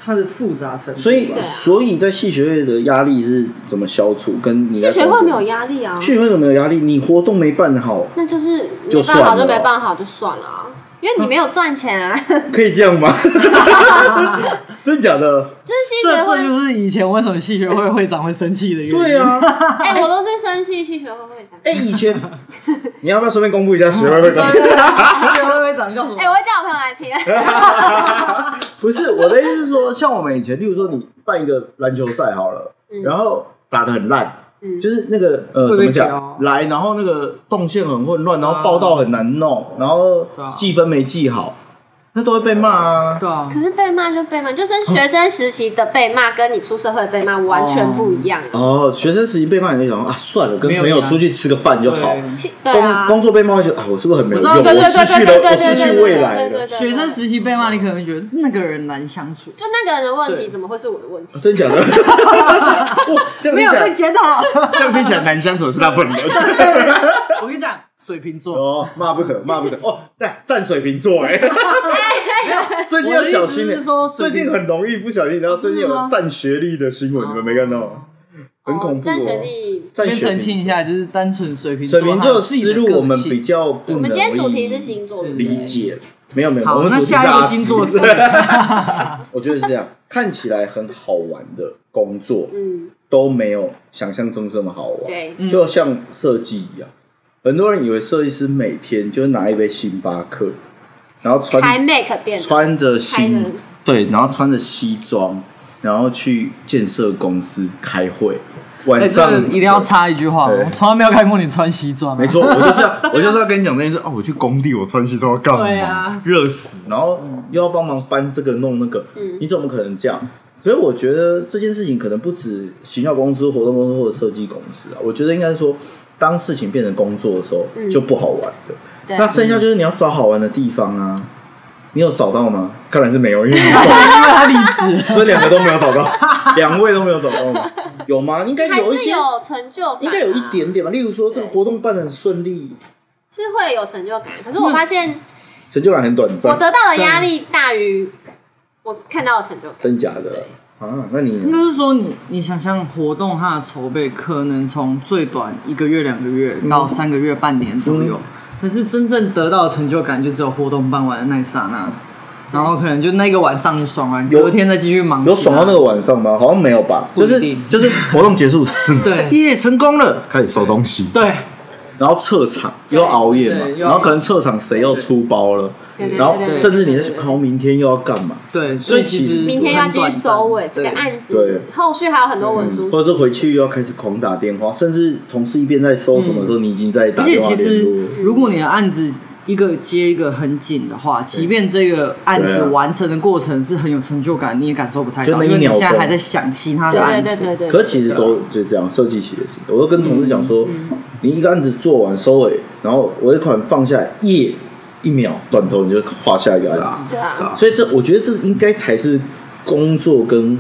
E: 它的复杂程度，
C: 所以
F: 对啊
C: 所以在戏学会的压力是怎么消除？跟你
F: 戏
C: 在
F: 学会没有
C: 工
F: 压力啊
C: 作，戏学会怎么有压力？你活动没办好，
F: 那就是
C: 就
F: 没办
C: 算
F: 好
C: 了
F: 就没
C: 嗯 <laughs>
F: 办好就算了啊，因为你没有赚钱啊。
C: 可以这样吗？真的假的？
F: <laughs> 就是戏
E: 这
F: 学
E: 这就
F: 会，
E: 是以前为什么戏学会会长会生气的原因。
C: 对啊，
F: 哎、我都是生气戏学会会长。
C: 哎、以前你要不要顺便公布一下学会会长？
E: 戏学会会长叫什么
F: 哎、？我会叫我朋友来听。
C: 不是我的意思是说，像我们以前，例如说你办一个篮球赛好了，然后打的很烂。
F: 嗯
C: 就是那个呃，怎
E: 会被
C: 么
E: 屌
C: 讲？来，然后那个动线很混乱，然后报道很难弄，然后
E: 对啊
C: 记分没记好，那都会被骂啊。
E: 对啊，
F: 可是被骂就被骂，就是学生时期的被骂跟你出社会被骂完全不一样。
C: 哦，学生时期被骂，你就想说啊，算了，跟
E: 没有
C: 朋友
E: 一样
C: 出去吃个饭就好。
E: 对
F: 其对
C: 工
F: 啊，
C: 工作被骂，会觉得啊，我是不是很没有用？
E: 我知道对
C: 我
E: 对
C: 失去了，我失去未来
F: 对对对对对对对对
C: 了。
F: 对
E: 学生时期被骂，你可能会觉得那个人难相处，
F: 就那个人的问题，
E: 对
F: 怎么会是我的问题？
C: 真假的？哇这样
E: 没
C: 听
E: 有
C: 起
E: 在
C: 来，
E: 检讨。 <laughs>
C: 这样听起来难相处是他本人。
E: 我跟你讲，水瓶座，
C: 哦，骂不得，骂不得。哦，对，占水瓶座
E: <laughs>
C: 哎，最近要小心
E: 我的意思
C: 点
E: 是说。
C: 最
E: 水瓶哦
C: 近很容易不小心，然后最近
E: 真的吗
C: 有占学历的新闻，你们没看到吗？很恐怖。
F: 占学
C: 哦。
F: 历。
C: 占
E: 先
C: 学
E: 澄清一
C: 历。
E: 下，就是单纯水瓶座
C: 水瓶
E: 他
C: 座
E: 有
C: 的
E: 自己
C: 思
E: 的
C: 路我
E: 个
C: 们
E: 性
C: 比较不
F: 我
C: 能
F: 们今天主题是星座，对不对
C: 理解。没有没有，
E: 好
C: 我们
E: 那
C: 主题是
E: 下一个
C: 阿
E: 星
C: 斯
E: 座是
C: <laughs> 我觉得是这样，看起来很好玩的工作，
F: 嗯，
C: 都没有想象中这么好玩。
F: 对，
C: 就像设计一样，很多人以为设计师每天就是拿一杯星巴克，然后
F: 才
C: 穿
F: make 变的。
C: 穿着
F: 开
C: 西
F: 的
C: 对，然后穿着西装，然后去建设公司开会，晚
E: 哎，这
C: 上、
E: 个一定要。插一句话，
C: 对
E: 我从来没有看过你穿西装啊。
C: 没错，我就是要，我就是要跟你讲这件事哦。我去工地，我穿西装要干
E: 对
C: 嘛
E: 啊？
C: 热、死，然后又要帮忙搬这个弄那个，
F: 嗯
C: 你怎么可能这样？所以我觉得这件事情可能不止行销公司、活动公司或者设计公司啊。我觉得应该是说，当事情变成工作的时候，就不好玩了。
F: 嗯对
C: 那剩下就是你要找好玩的地方啊。你有找到吗？当然是没有，因为你走了，
E: <laughs> 因为他离职，
C: 所以两个都没有找到，两位都没有找到吗？有吗？应该
F: 还
C: 有一
F: 是
C: 些，
F: 有成就感、啊，
C: 应该有一，点点吧。例如说，这个
F: 对
C: 活动办的很顺利，
F: 是会有成就感。可是我发现，
C: 成就感很短
F: 我
C: 暂，
F: 得到的压力大于我看到的成就感。
C: 真假的啊？那你
F: 嗯
E: 就是说你你想象活动它的筹备，可能从最短一个月、两个月
C: 嗯
E: 到三个月、半年都有，可是真正得到的成就感就只有活动办完的那一刹那，然后可能就那个晚上你爽完，
C: 有
E: 隔天再继续忙其他。
C: 有爽到那个晚上吗？好像没有吧。
E: 不
C: 就
E: 一
C: 是
E: 定
C: 就是活动结束， <laughs> 是
E: 对
C: 耶成功了，开始收东西，
E: 对，
C: 然后撤场又熬夜嘛
E: 对，又
C: 然
E: 熬
C: 后可能撤场谁又出包了，
F: 对对对
C: 然后
F: 对对对
C: 甚至你在
F: 对对
C: 想，
F: 对
C: 好，明天又要干嘛？
E: 对，
C: 所
E: 所
C: 以
E: 以
C: 其
E: 其
C: 实
E: 实
F: 明天要继续收尾这个
E: 对
F: 案子
C: 对，嗯
F: 后续还有很多文书。
C: 或者是回去又要开始狂打电话，甚至同事一边在收
F: 嗯
C: 什么的时候，你已经在打
E: 而且
C: 电话
E: 其
C: 联
E: 实
C: 络了。，
E: 如果你的案子一个接一个很紧的话，即便这个案
C: 对
E: 子
C: 啊
E: 完成的过程是很有成就感，你也感受不太
C: 就
E: 到，
C: 那一
E: 因为你
C: 秒
E: 现在
C: 钟
E: 还在想其他
F: 对
E: 的
F: 对
E: 案
F: 对
E: 子。
F: 对对。
C: 可是其实都就这样，设计其实是，我都跟同事讲说，
F: 嗯
C: 你一个案子做完收尾，然后尾款放下来，耶，一秒转头你就画下一个案子。
F: 对啊，
C: 所以这我觉得这应该才是工作跟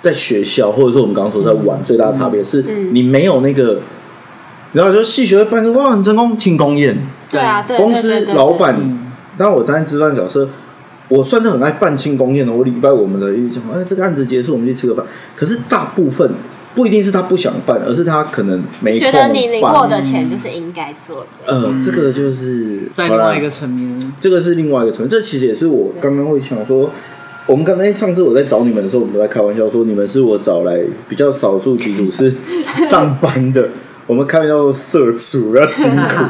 C: 在学校或者说我们刚刚说在玩最大的差别是，
F: 嗯
C: 你没有那个，然后就戏学会办个哇很成功庆功宴，
F: 对啊，对对对
C: 公司老板，
E: 嗯
C: 当然我站在吃饭角色，我算是很爱办庆功宴的。我礼拜五我们的一讲，哎，这个案子结束，我们去吃个饭。可是大部分不一定是他不想办，而是他可能没空
F: 觉得你领过的
C: 办
F: 钱就是应该做的。
C: 呃，这个就是
E: 在另外一，
C: 好
E: 个
C: 啦
E: 层面，
C: 这个是另外一个层面。这其实也是我刚刚会想说。我们刚才上次我在找你们的时候，我们都在开玩笑说你们是我找来比较少数几组是 <laughs> 上班的，我们开玩笑说社畜要辛苦，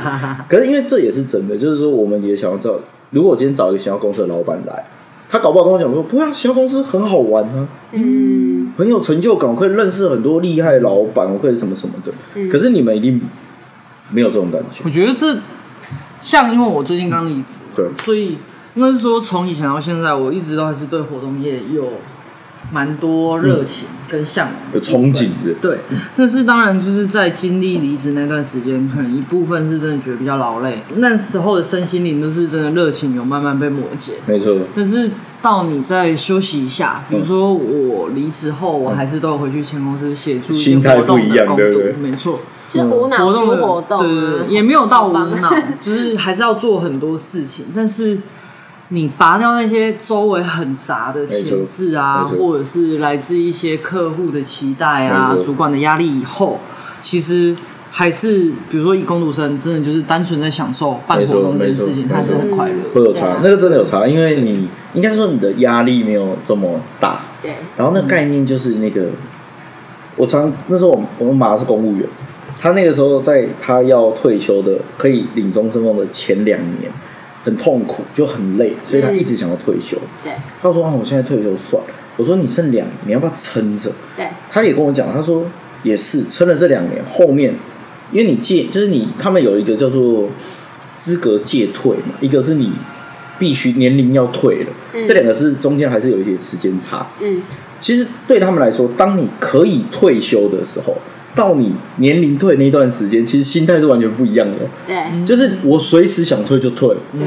C: 可是因为这也是真的，就是说我们也想要知道，如果我今天找一个行销公司的老板来，他搞不好跟我讲说，不要、啊，行销公司很好玩啊，
F: 嗯，
C: 很有成就感，我可以认识很多厉害的老板，我可以什么什么的。可是你们一定没有这种感觉
E: 我，觉得这像，因为我最近刚离职，
C: 对，
E: 所以应该是说从以前到现在，我一直都还是对活动业有蛮多热情跟向往的
C: 有憧憬的。
E: 对，但是当然就是在经历离职那段时间，可能一部分是真的觉得比较劳累，那时候的身心灵都是真的热情有慢慢被磨减。
C: 没错，
E: 但是到你再休息一下，
C: 嗯
E: 比如说我离职后，我还是都有回去前公司协助一些
C: 心态
E: 活动
C: 不一样
E: 的攻
C: 对不对
E: 读，没错，
F: 是无脑
E: 活
F: 出
E: 动的
F: 活动啊，
E: 对对对，也没有到无
F: 超棒 <laughs>
E: 脑， <laughs> 就是还是要做很多事情，但是。你拔掉那些周围很杂的
C: 没错
E: 潜质啊，
C: 没错
E: 或者是来自一些客户的期待啊
C: 没、错
E: 主管的压力以后，其实还是比如说以工读生，真的就是单纯在享受办
C: 没错
E: 活动这件
C: 没错
E: 事情，
C: 没
E: 他是
C: 错
E: 很快乐的。
C: 会有
F: 对
C: 差
F: 啊，
C: 那个真的有差，因为你应该说你的压力没有这么大。
F: 对，
C: 然后那个概念就是那个，我常那时候我们我们妈是公务员，她那个时候在她要退休的可以领终身俸的前两年，很痛苦就很累，所
F: 嗯
C: 以她一直想要退休。
F: 对，
C: 她说啊，我现在退休算了。我说你剩两年，你要不要撑着？
F: 对，
C: 她也跟我讲，她说也是撑了这两年，后面因为你借就是你他们有一个叫做资格借退嘛，一个是你必须年龄要退了，
F: 嗯
C: 这两个是中间还是有一些时间差。
F: 嗯，
C: 其实对他们来说，当你可以退休的时候，到你年龄退那段时间，其实心态是完全不一样的。
F: 对，
C: 就是我随时想退就退，嗯
F: 对，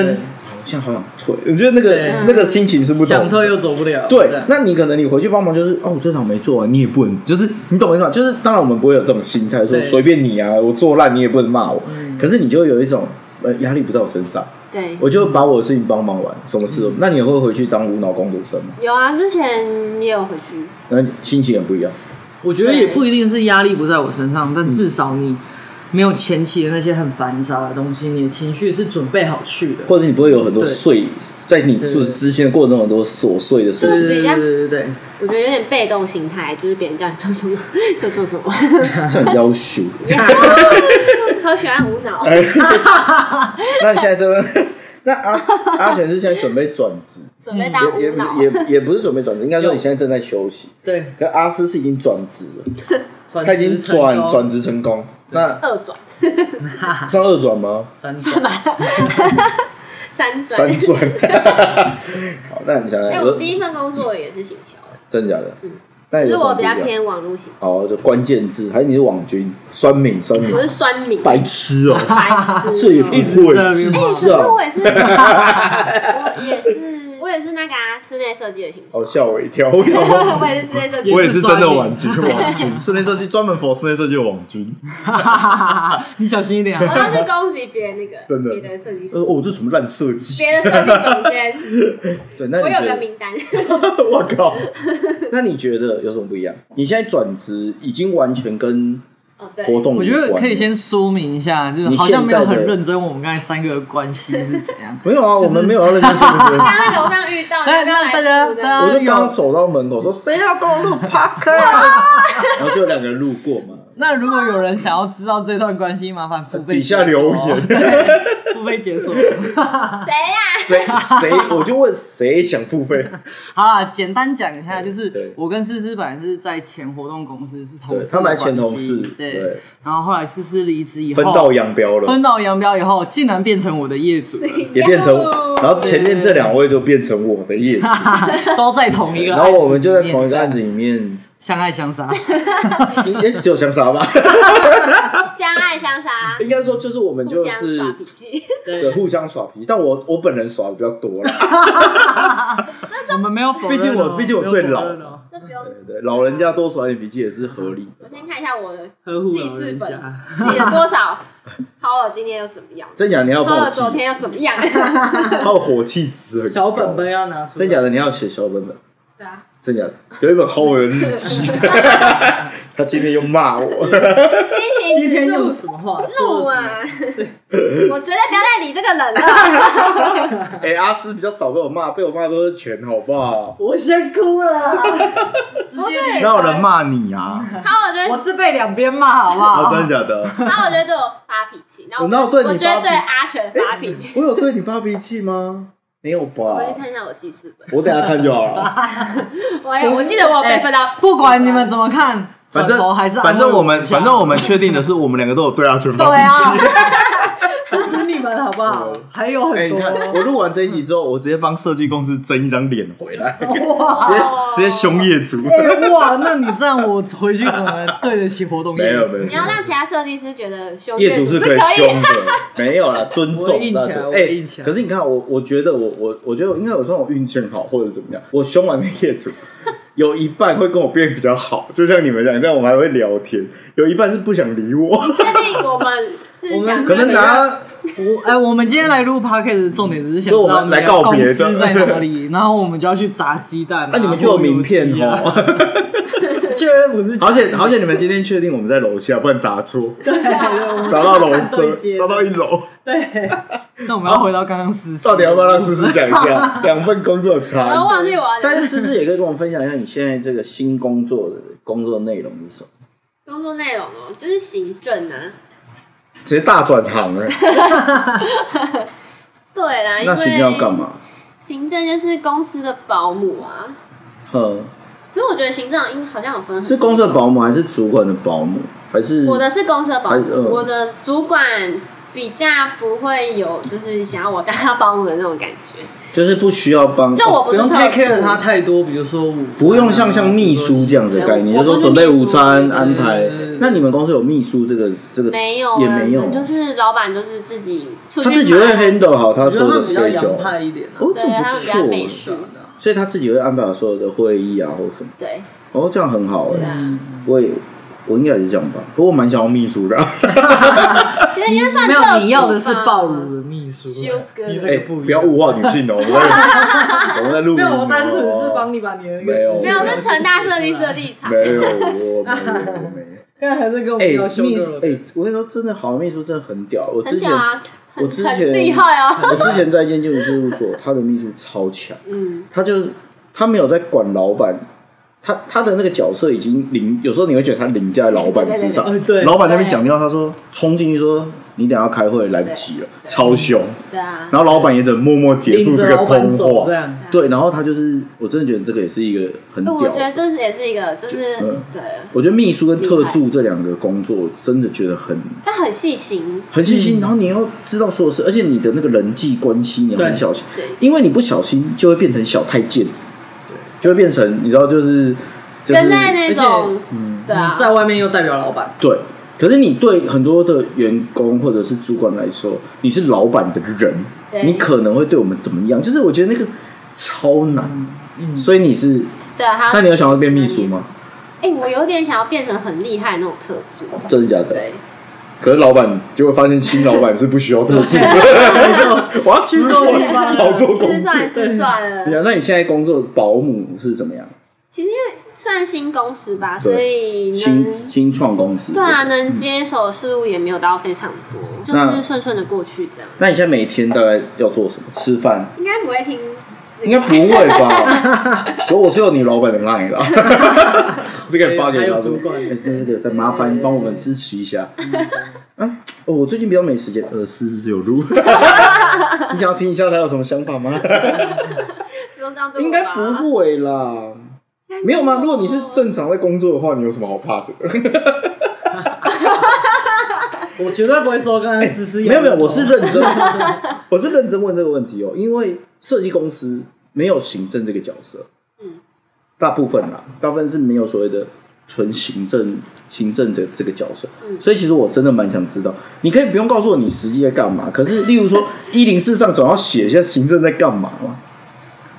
C: 跟好像好想退，我觉得那个
F: 嗯
C: 那个心情是不
E: 想
C: 同的。
E: 退又走不了。
C: 对
E: 这样，
C: 那你可能你回去帮忙就是哦，我这场没做完，你也不能，就是你懂我意思吗？就是当然我们不会有这种心态，说
E: 对嗯
C: 随便你啊，我做烂你也不能骂我。可是你就会有一种呃压力不在我身上，
F: 对，
C: 我就把我的事情帮忙完，什么
E: 嗯
C: 事都。那你会回去当无脑工读生吗？
F: 有啊，之前也有回去，
C: 那心情也不一样。
E: 我觉得也不一定是压力不在我身上，但至少你没有前期的那些很繁杂的东西，你的情绪是准备好去的。
C: 或者你不会有很多
E: 对
C: 碎，在你
E: 对
C: 之之前的过程中有很多琐碎的事
F: 就
E: 对
C: 情，
F: 是
E: 对
F: 比较
E: 对对对对，
F: 我觉得有点被动心态，就是别人叫你做什么 <laughs> 就做什么，
C: 这很要
E: <laughs>
C: 求。
F: 好喜欢无脑。
C: 哎那现在这边，那阿阿全是现在准备转职，
F: 准备当
C: 也
F: 无脑，
C: 也也不是准备转职，应该说你现在正在休息。
E: 对，
C: 可阿斯是已经转职了，
E: 转
C: 他已经
E: 职成功
C: 转转职成功。那
F: 二
C: <laughs>
F: 转
C: 算二转吗？
E: 三
F: 算
E: 转
F: 吧，三转
C: 三。转。 <laughs> 好，那你想
F: 哎，
C: 想，
F: 我第一份工作也是行销，
C: 真的假的？那
F: 可是
C: 有什
F: 我
C: 么不
F: 比
C: 一
F: 较
C: 样？
F: 偏网络型，
C: 哦，就关键字，还是你是网军、酸敏、酸敏
F: 我、是酸民，
C: 白痴哦，
F: <laughs> 白痴。哎
C: 这也不会
E: 在那边骂，
F: 可
C: 是
F: 是
C: 啊。
F: <laughs> 我也是，我也是，我也是那个啊室内设计的行销
C: 哦，，吓我一
F: <laughs>
C: 跳！我想说
F: 我也是室内设计。
D: 我也是真的
E: 玩
D: 网
C: <laughs>
D: 军，网军室内设计专门佛室内设计的网
F: <laughs>
D: 军，
C: 呃 <laughs>
E: 你小心一点
F: 我
E: 啊！
F: 要去攻击别人那个，
C: 真的
F: 别的设计师
C: 呃，，哦，这什么烂设计？
F: 别的设计总监，
C: <laughs> 对，那
F: 我
C: 你
F: 有
C: 觉
F: 个
C: 得？
F: 名
C: <laughs>
F: 单。
E: <laughs>
C: 我
F: <laughs>
C: 靠！那你觉得有什么不一样？你现在转职已经完全跟
F: 哦，对，
C: 活动有关
E: <laughs> 我觉得可以先说明一下，就是
C: 你
E: 好像没有
C: 现在
E: 很
C: 的
E: 认真，我们刚才三个的关系是怎
C: <laughs>？
E: 样
C: 没有啊，我们没有要认真说这
E: <laughs>
C: 个。
F: 刚刚在楼上遇到，你
E: 但
F: 要不要来
E: 那大家
F: 录的
E: 大家
C: 我就刚刚走到门口说：“
E: 哎
C: 谁要帮我录 podcast？” 然后就有两个人路过嘛，
E: 那如果有人想要知道这段关系，麻烦付费
C: 底下
E: 解锁 <laughs> 哦
C: 留言
E: 对付费解锁。
F: 谁呀？
C: <laughs> 谁谁，我就问谁想付费？
E: 哦好啦，简单讲一下，就
C: 对
E: 是我跟思思本来是在前活动公司是同
C: 对，
E: 事的关系，
C: 他们还前同事，
E: 对
C: 对，，
E: 然后后来思思离职以后，
C: 分道扬镳了，
E: 分道扬镳以后，竟然变成我的业主了，
C: 也变成
F: Yahoo！，
C: 然后前面这两位就变成我的业绩，
E: <laughs> 都在同一个，
C: <laughs> 然后我们就在同一个案子，里面，
E: 相爱相杀。
C: 哎，只有相杀吧？
F: 相爱相杀，
C: 应该说就是我们就
F: 互相
C: 是
F: 耍脾 <laughs> 气，
C: 对，互相耍皮，但我我本人耍的比较多啦。
E: <laughs> <laughs> 我们没有否认哦，
C: 毕竟我毕竟我最老
E: 没有否认哦
F: 这不用。
C: 对，老人家多耍点脾气也是合理的。
F: 我先看一下我的
E: 呵护
F: 记
E: 老
F: 事
E: 人
F: 本
E: 家。
F: 记了多少，好尔今天又怎么样，
C: 真假你要
F: 好
C: 帮我
F: 尔
C: 记，
F: 昨天又怎么样？
C: 他的火气值很高
E: 小本本。要拿出来，
C: 真假的你要写小本本，
F: 对啊，
C: 真假的有一本厚的日
F: <laughs>
C: 记，他今天又骂
E: <laughs>
C: 我。
F: 心情
E: 今天
F: 指
E: 用
F: 数
E: 什么话
F: 怒
E: 说了什么？
F: 啊！
C: <laughs>
F: 我绝对不要再理这个人了。
C: 哎，阿斯比较少被我骂，被我骂都是拳，好不
F: <laughs>
C: 好？
E: 我先哭了，
F: 不是，
D: 哪有人骂你啊？
F: 好尔就
E: <laughs> 我
F: 是
E: 是被两边骂，好不
C: 哦
D: 啊，
E: 好？
D: 真的假的？
E: <laughs>
F: 好尔就对我发脾气，然后
C: 我哪有对你
F: 我觉得
C: 发脾
F: 对阿全发脾气。
C: 我有对你发脾气吗？没有吧
F: 我去看一下我记事本，
C: 我等下看就好了。
F: 我也我记得哦我有被分
C: 哎
F: 到，
E: 哎不管你们怎么看，
D: 反
E: <laughs> 转头
D: 正
E: 还是安慰
D: 反正我们
E: 一下
D: 反正我们确定的是，我们两个都有对阿全发
E: 对
D: 脾气。
E: 啊，
C: <laughs>
E: 不止你们好不好？还有
C: 哎，你
E: 很多
C: 看，我录完这一集之后，我直接帮设计公司争一张脸回来，
E: 哇！
C: <laughs> 直接直接凶业主。
E: 哎哇，那你这样我回去怎么对得起活动业？
C: 没有没有
F: <laughs> 你，要让其他设计师觉得凶
C: 业主是
F: 可
C: 可以
F: 以
C: 凶的，
E: <laughs>
C: 没有啦，尊
E: 我
C: 重
E: 硬起
C: 那
E: 来
C: 种。
E: 我
C: 哎
E: 硬起，来
C: 可是你看我，我觉得我我我觉得应该有时候我运气很好或者怎么样，我凶完那业主，有一半会跟我变比较好，就像你们讲，这样我们还会聊天，有一半是不想理
E: <laughs>
C: 我，
F: <laughs> 确定我们是想
C: 可能拿
E: 我哎，我们今天来录 podcast 的重点只是想
C: 所以我
E: 知
C: 们
E: 道你的
C: 来告别
E: 公
C: 的
E: <laughs> 司在哪里，然后我们就要去砸鸡蛋啊。
C: 那你们就有名片
E: 或者游戏啊
C: 哦， <laughs>
E: 确认不是
C: 好险好险！你们今天确定我们在楼下，不然砸错，砸
E: <laughs>
C: 到楼
E: 对
C: 上，
E: 接
C: 砸到一楼。
E: 对。那我们要回到刚刚思思，
C: 到底要不要让思思讲一
F: <laughs>
C: 下两份工作的
F: 我
C: 差
F: 要
C: 异？
F: 忘记我要讲
C: 但是思思也可以跟我们分享一下你现在这个新工作的工作内容是什么？
F: <laughs> 工作内容哦，就是行政啊。
C: 直接大转行了，
F: 对啦，因
C: 那
F: 为
C: 行政要干？嘛？
F: 行政就是公司的保姆啊。
C: 呵，
F: 可是我觉得行政应好像有分很多
C: 是公司的保姆还是主管的保姆？还是
F: 我的是公司的保
C: 还是嗯
F: 姆，我的主管比较不会有就是想要我当他保姆的那种感觉，
C: 就是不需要帮，哦
F: 就我不
E: 不
F: 是
E: 用
F: 特
E: take care
F: 助
E: 他太多，比如说午餐啊
C: 不用像像秘书这样子的概念，
F: 我
C: 就说
F: 我不是
C: 准备午
F: 秘
C: 餐
F: 书
C: 安排
E: 对对对对。
C: 那你们公司有秘书这个这个
F: 没有啊，
C: 也没有，
F: 就是老板就是自己出去
C: 他自己会
F: 买
C: handle 好他
E: 我觉
C: 所
E: 得
C: 有
E: 他
C: 的 schedule，
E: 们比较洋派一点啊。
C: 哦，这
F: 对他们比较
C: 不
F: 美
C: 错
F: 术
C: 欸，，所以他自己会安排好所有的会议啊或什么，
F: 对
C: 哦，这样很好哎、
F: 对啊，
C: 我也我应该也是这样吧，不过我蛮想要秘书的、哎
F: 其实应该算
E: 没
F: 特
E: 有，
F: 助
E: 你要的是
F: 吧
E: 暴乳的秘书
F: 修，哥
E: 你那
C: 哎、
E: 个不一
C: 不要
E: 样。
C: 物化女性哦、我们
E: <laughs>
C: 在我们在录音、
E: 没
C: 哦
E: 有，我单纯是帮你把你的那个
C: 没有
E: 资
F: 没
E: 讯
F: 有，这成大设计师的立场
C: 没。有，我没有，我
E: <laughs>
C: 没有。
E: 现在还是跟我
C: 哎、
E: 们要修
C: 秘
E: 正
C: 哎、我跟你说，真的好秘书真的很屌，我之
F: 很
C: 前
F: 屌啊，
C: 我
F: 很
C: 之
F: 很
C: 前
F: 厉害啊！
C: 我之前在一间建筑事务所，他的秘书超强，
F: 嗯，
C: 他就是他没有在管老板，他他的那个角色已经凌，有时候你会觉得他凌驾在老板之上
E: 对对对对。对
C: 老板那边讲电话，他说冲进去说你等一下要开会来不及了，超凶。
F: 对啊，
C: 然后老板也只能默默结束
E: 领
C: 哎这
E: 着
C: 个
E: 老板
C: 通
E: 走这
C: 话。
E: 样，
C: 对，然后他就是，我真的觉得这个也是一个很屌
F: 哦我觉得
C: 的。
F: 这是也是一个，就是
C: 嗯
F: 对，
C: 我觉得秘书跟特助这两个工作，真的觉得很
F: 他很细心，
C: 很细心，然后你要知道所有事，而且你的那个人际关系你要很
E: 对
C: 小心，
F: 对
C: 因为你不小心就会变成小太监，就会变成你知道就是就是嗯
F: 跟在那
E: 而
F: 种对啊
E: 你，在外面又代表老板，
C: 对。可是你对很多的员工或者是主管来说，你是老板的人，
F: 对
C: 你可能会对我们怎么样？就是我觉得那个超难，所以你是，
F: 对啊，他
C: 那你有想要变秘书吗？
F: 哎、我有点想要变成很厉害那种特助。
C: 真的假的？
F: 对，
C: 可是老板就会发现新老板是不需要特助的， <laughs> 我要失
E: 做一
C: 算
E: 般
C: 找做工作
F: 失。算失算
C: 对
F: 了。
C: 啊，那你现在工作保姆是怎么样？
F: 其实因为算新公司吧，所以能
C: 新新创公司。
F: 对啊，能接手事物也没有到非常多，就
C: 那
F: 是顺顺的过去这样。
C: 那你现在每天大概要做什么？吃饭？
F: 应该不会听那
C: 应
F: 个
C: 该
F: 吧，
C: 不会吧？可我是有你老板的 line 啦，这个发给
E: 还
C: 他
E: 有
C: 说
E: 主管
C: 哎那个再麻烦帮我们支持一下。啊，哦，我最近比较没时间，呃，是是有录。你想要听一下他有什么想法吗？
F: 不用这样对我
C: 应该
F: 吧。
C: 不会啦。没有吗？如果你是正常在工作的话，你有什么好怕的？
E: 我绝对不会说刚刚思思
C: <laughs> 哎没有没有，我是认
F: <laughs>
C: 真，我是认真问这个问题哦，因为设计公司没有行政这个角色，
F: 嗯，
C: 大部分啦，大部分是没有所谓的纯行政行政的这个角色，
F: 嗯
C: 所以其实我真的蛮想知道，你可以不用告诉我你实际在干嘛，可是例如
F: <laughs>
C: 说一零四上总要写一下行政在干嘛嘛，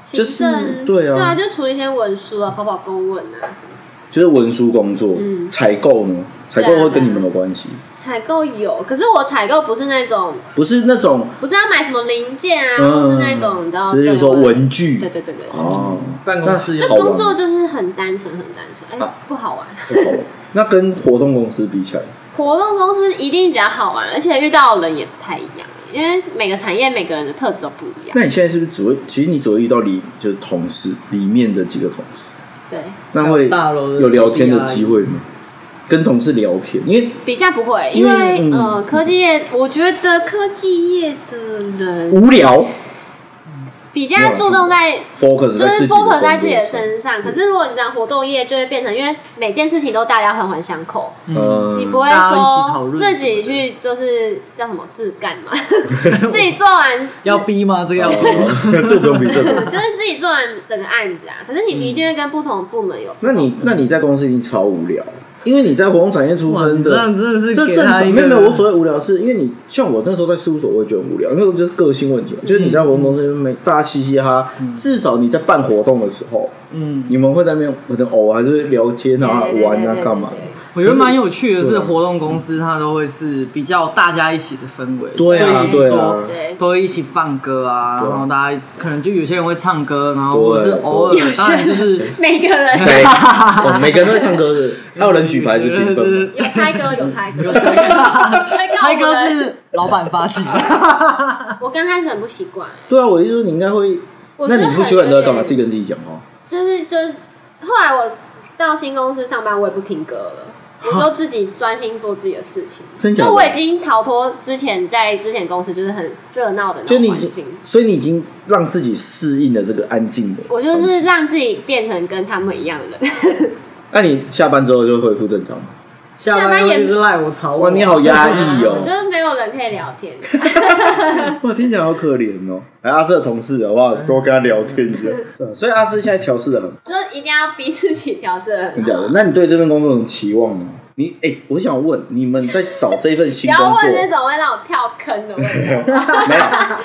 F: 行
C: 就是
F: 政
C: 对啊
F: 对啊，就处理一些文书啊，跑跑公文啊什么。
C: 就是文书工作，
F: 嗯
C: 采购呢，采购
F: 对啊
C: 会跟你
F: 对啊
C: 们有关系，
F: 采购有，可是我采购不是那种，
C: 不是那种，
F: 不是要买什么零件啊，
C: 嗯
F: 或是那种你知道，
C: 只是说
F: 对
C: 文具
F: 对对对对对。
C: 哦，
E: 办公室
C: 那
F: 就
C: 好玩吗
F: 工作就是很单纯，很单纯，哎、
C: 啊
F: 不好玩。
C: <coughs> 那跟活动公司比起来，
F: 活动公司一定比较好玩，而且遇到的人也不太一样，因为每个产业每个人的特质都不一样。
C: 那你现在是不是只会？其实你只会遇到里就是同事里面的几个同事，
F: 对，
C: 那会
E: 大楼的
C: 有聊天的机会吗？跟同事聊天，因为
F: 比较不会，
C: 因
F: 因
C: 为
F: 为、
C: 嗯
F: 呃，科技业，我觉得科技业的人
C: 无聊
F: 比较注重在。
E: 嗯
C: focus
F: 就
C: 在自己
F: 是
C: 的工作
F: focus 在自己的
C: 上，
F: 身上，可是如果你讲活动业，就会变成因为每件事情都大家环环相扣，
C: 嗯，
F: 你不会
E: 大家一起讨
F: 说
E: 论
F: 自己
E: 什么
F: 去就是叫什么自干
E: <laughs>
F: 嘛，自己做完
E: 要逼吗？嗯这个要逼
C: <laughs>
E: 吗。
C: 哦这不用比这个。
F: 就是自己做完整个案子啊。可是你你一定会跟不同的部
E: <laughs>
F: 门
E: 啊
F: 有
C: 那你那你在公司已经超无聊，因为你在活动产业出
E: 哇，
C: 身
E: 你这样
C: 的，
E: 真的是
C: 这
E: 给
C: 正
E: 他
C: 常。
E: 一
C: 没有
E: 个
C: 没有，我所谓无聊是因为你像我那时候在事务所，我也觉得很无聊，因为我就是个性问题嘛，就是你在活动公司没大家嘻嘻哈，哈，至少你在办活动的时候，
E: 嗯，
C: 你们会在那边可能偶尔还是会聊天啊
F: 对对、对
C: 玩啊
F: 对、对
C: 干嘛
F: 对？
E: 我觉得蛮有趣
C: 啊
E: 的是，活动公司它都会是比较大家一起的氛围，
C: 对啊，
E: 所以
C: 对
E: 说
C: 啊，
F: 对，
E: 都会一起放歌啊，
C: 对啊
E: 然后大家可能就有些人会唱歌，然后或者是
C: 对
E: 偶
C: 对
E: 尔，当
C: <laughs>
E: 然就是
F: 每个人
C: 谁？哦，每个人都会唱歌的，还有人举牌子评分吗？
F: 有猜歌，有猜
C: <laughs>
F: 歌，猜
E: 猜歌是老板发起的，
C: <laughs>
F: 我刚开始很不习惯，欸
C: 对啊，我的意思说你应该会。
F: 我
C: 那
F: 真的
C: 你不
F: 很
C: 喜欢你都
F: 有
C: 要干嘛？
F: 点
C: 自己跟自己讲哦。
F: 就是就是，后来我到新公司上班，我也不听歌了，我都自己专心做自己的事情。
C: 啊真假的
F: 就我已经逃脱之前在之前公司就是很热闹的那
C: 就
F: 种
C: 你
F: 环境，，
C: 所以你已经让自己适应了这个安静的。
F: 我就是让自己变成跟他们一样的
C: <laughs>
F: 人。
C: 那你下班之后就恢复正常吗？
E: 下班以后就是赖我吵我，
C: 哇，你好压
E: <laughs>
C: 抑
F: 我
C: 哦！
F: 就是没有人可以聊
C: <laughs>
F: 天， <laughs>
C: 哇，听起来好可怜哦。来，阿四的同事好不好？多跟他聊天
F: <laughs>
C: 一下。嗯所以阿四现在调试的很，
F: 就是一定要逼自己调整很
C: 真
F: 好。
C: 假的？那你对这份工作有什么期望吗？你哎，我想问，你们在找这份
F: 不
C: 新
F: 要
C: 工
F: 问那
C: 作
F: 种会让我跳坑的问题， <laughs>
C: 没有？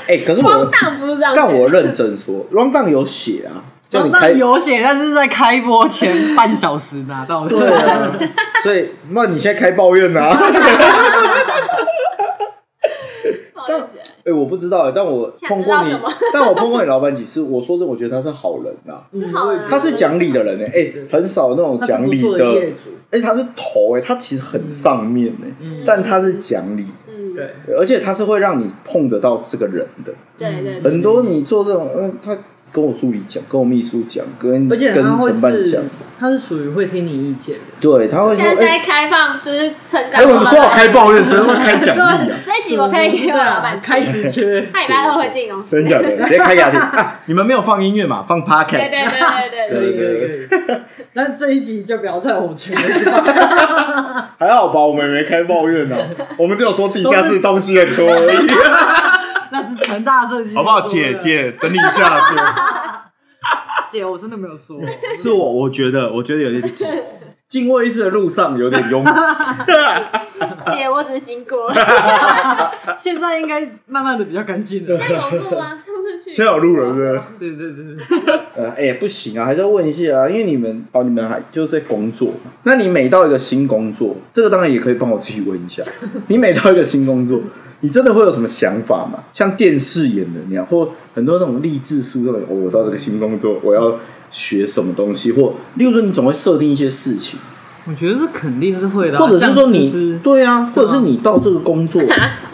C: 哎，可是
F: 荒
C: 我，
F: 诞不是这样。
C: 但我认真说，round down 有写啊，叫你开
E: 但有写，但是在开播前半小时拿到的。
C: 对
E: <laughs>
C: 啊，所以那你现在开抱怨
F: <laughs>
C: 啊？
F: 我就觉得
C: 哎、我不知道欸，但我碰过你
F: 想知道什么，
C: <laughs> 但我碰过你老板几次。我说真的，我觉得他是好人呐、啊，
F: 好啊
C: 他是讲理的人呢、哎、很少那种讲理
E: 他是不错的业主嗯
C: 哎、他是头哎、他其实很上面哎、但他是讲理，
F: 嗯，
E: 对，
C: 而且他是会让你碰得到这个人的。
F: 对
D: 嗯
F: 对对，
C: 很多你做这种，嗯，他跟我助理讲，跟我秘书讲，跟
E: 而且
C: 跟
E: 他会
C: 承办讲
E: 是，，他是属于会听你意见 <laughs> 的。
C: 对，他会说，
F: 现在是
C: 哎、
F: 在开放，就是成
C: 哎、
F: 长。
C: 我们说好开抱怨，谁他妈开讲理
F: <laughs>
C: 啊？
F: 这一集我可以给我老板
E: 开直缺，
F: 他礼拜二会进哦。
C: 真假的，直接开给他听、啊。你们没有放音乐嘛？放 podcast。
F: 对对对对
C: 可
F: 对
C: 以
E: <laughs>
F: 对，
C: 可
E: 以。但这一集就不要在我前面，
C: 还好吧，我们没开抱怨呢、啊
D: <laughs>
C: 我们只有说地下室东西很多而 <laughs> 已，
E: <laughs> 那是成大设计，
D: 好不好？姐，姐，整理一下，姐。
E: 姐，我真的没有说，
C: <laughs> 是我我觉得我觉得有点挤，进会议室的路上有点
D: <laughs>
C: 拥挤， <laughs>
F: 姐，我只是经
C: <laughs>
F: 过，
E: 现在应该慢慢的比较干净了。
F: 有路啊，上次去
C: 现在有路人是不是？
E: 对对对对，
C: 呃，哎、不行啊，还是要问一下啊，因为你们哦，你们还就是在工作嘛，那你每到一个新工作，这个当然也可以帮我自己问
E: <laughs>
C: 一下，你每到一个新工作，你真的会有什么想法吗？像电视演的那样，或很多那种励志书那种，哦，我到这个新工作，我要学什么东西，或例如说你总会设定一些事情。
E: 我觉得这肯定是会的啊，
C: 或者是说
E: 像
C: 你
E: 思思
C: 对啊，或者是你到这个工作，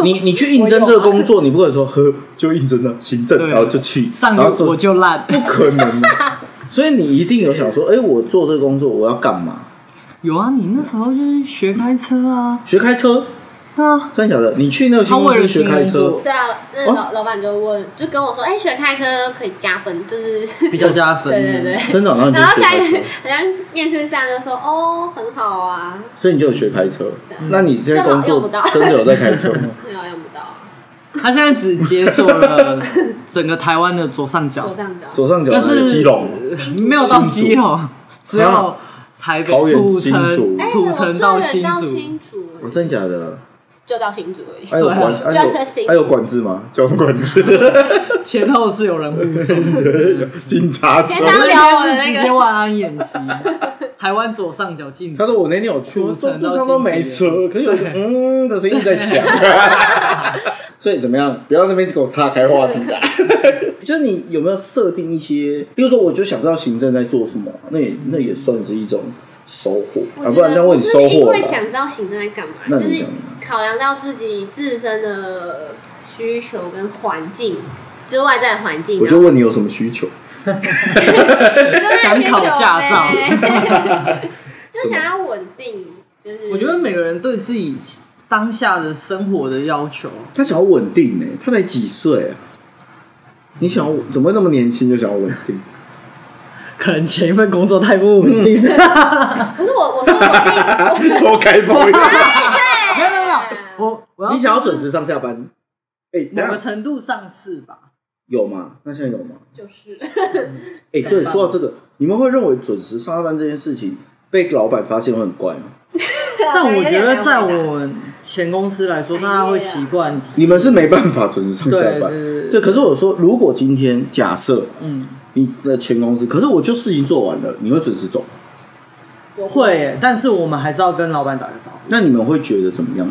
C: 你你去应征这个工作，你不可能说呵就应征了行政，
E: 对啊
C: 然后就去，
E: 上
C: 然后
E: 个我
C: 做，
E: 就烂，
C: 不可能啊。所以你一定有想说，哎，我做这个工作我要干嘛？
E: 有啊，你那时候就是学开车啊，
C: 学开车？
E: 对啊，
C: 真的假的？你去那个新
E: 他
C: 公
E: 为
C: 司
E: 了
C: 学
E: 新
C: 开
E: 工
C: 车
E: 作，
F: 对啊，那老老板就问，就跟我说，哎，学开车可以加分，就是
E: 比较加分。
F: 对对对。
C: 真的，然后你就
F: <laughs> 然后
C: 学
F: 下一
C: 开车
F: 个，，好像面试上就说，哦，很好啊，
C: 所以你就有学开车。那你这些工
F: 就好用不
C: 作
F: 到
C: 真的有在开车吗？
F: 没有用不到啊，
E: 他现在只解锁了整个台湾的左上角
F: 左，上角，
C: 左上角
E: 但
C: 是
E: 是
C: 基隆，
F: 新竹
E: 没有到基
C: <laughs>
E: 隆，只有
C: 啊
E: 台北
C: 桃园
E: 土
C: 新竹
E: 城
F: 哎，
E: 土
F: 我
E: 城
F: 最远
E: 新
F: 到
E: 竹，
F: 新竹，欸
C: 哦真的假的？
F: 就到新竹而已。
C: 还有
E: 对啊
C: 管，还有
F: 就是新竹
C: 还有管制吗？交通管制，
E: 前后是有人护送。
F: <laughs>
C: 警察车
F: 先。上聊我的
E: 是
F: 那
E: 直接
F: 个，
E: 万安演习，台湾左上角进
C: 他说我那天有去，我说路上都没车，可是有一个嗯的声音在响。所以怎么样？不要在那边给我岔开话题啊啦。就是你有没有设定一些，比如说我就想知道行政在做什么，那也那也算是一种收获啊，不然这样问
F: 我
C: 你
F: 是
C: 收
F: 因
C: 获
F: 为
C: 吧。
F: 想知道行政在干嘛，
C: 那
F: 就
C: 你
F: 是
C: 讲
F: 考量到自己自身的需求跟环境，就是外在的环境。啊
C: 我就问你有什么需求？
F: 就是
E: 想考驾照
F: 需求呗 <laughs> 就想要稳定，就是
E: 我觉得每个人对自己当下的生活的要求，
C: 他想要稳定呢、他才几岁啊？你想要稳怎么那么年轻就想要稳定？
E: 可能前一份工作太不稳定了。
F: 不是我，我说稳定，
C: <laughs> 多开包一点
E: <laughs>
F: <laughs>
E: 没
F: 哎
E: 有没有没有，我我要
C: 你想要准时上下班？哎、
E: 某
C: 等
E: 个
C: 一下
E: 程度上是吧？
C: 有吗？那现在有吗？
E: <laughs>
F: 就是
C: 哎、对，
E: 办
C: 说到这个，你们会认为准时上下班这件事情被老板发现会很怪吗？
E: 但我觉得在
F: 啊有点难哎回
E: 我前公司来说，大家会习惯，
C: 你们是没办法准时上下班，
E: 对对对
C: 可是我说，如果今天假设
E: 嗯，
C: 你的前公司，可是我就事情做完了，你会准时走？
F: 我
E: 会耶，但是我们还是要跟老板打个招呼。
C: 那你们会觉得怎么样？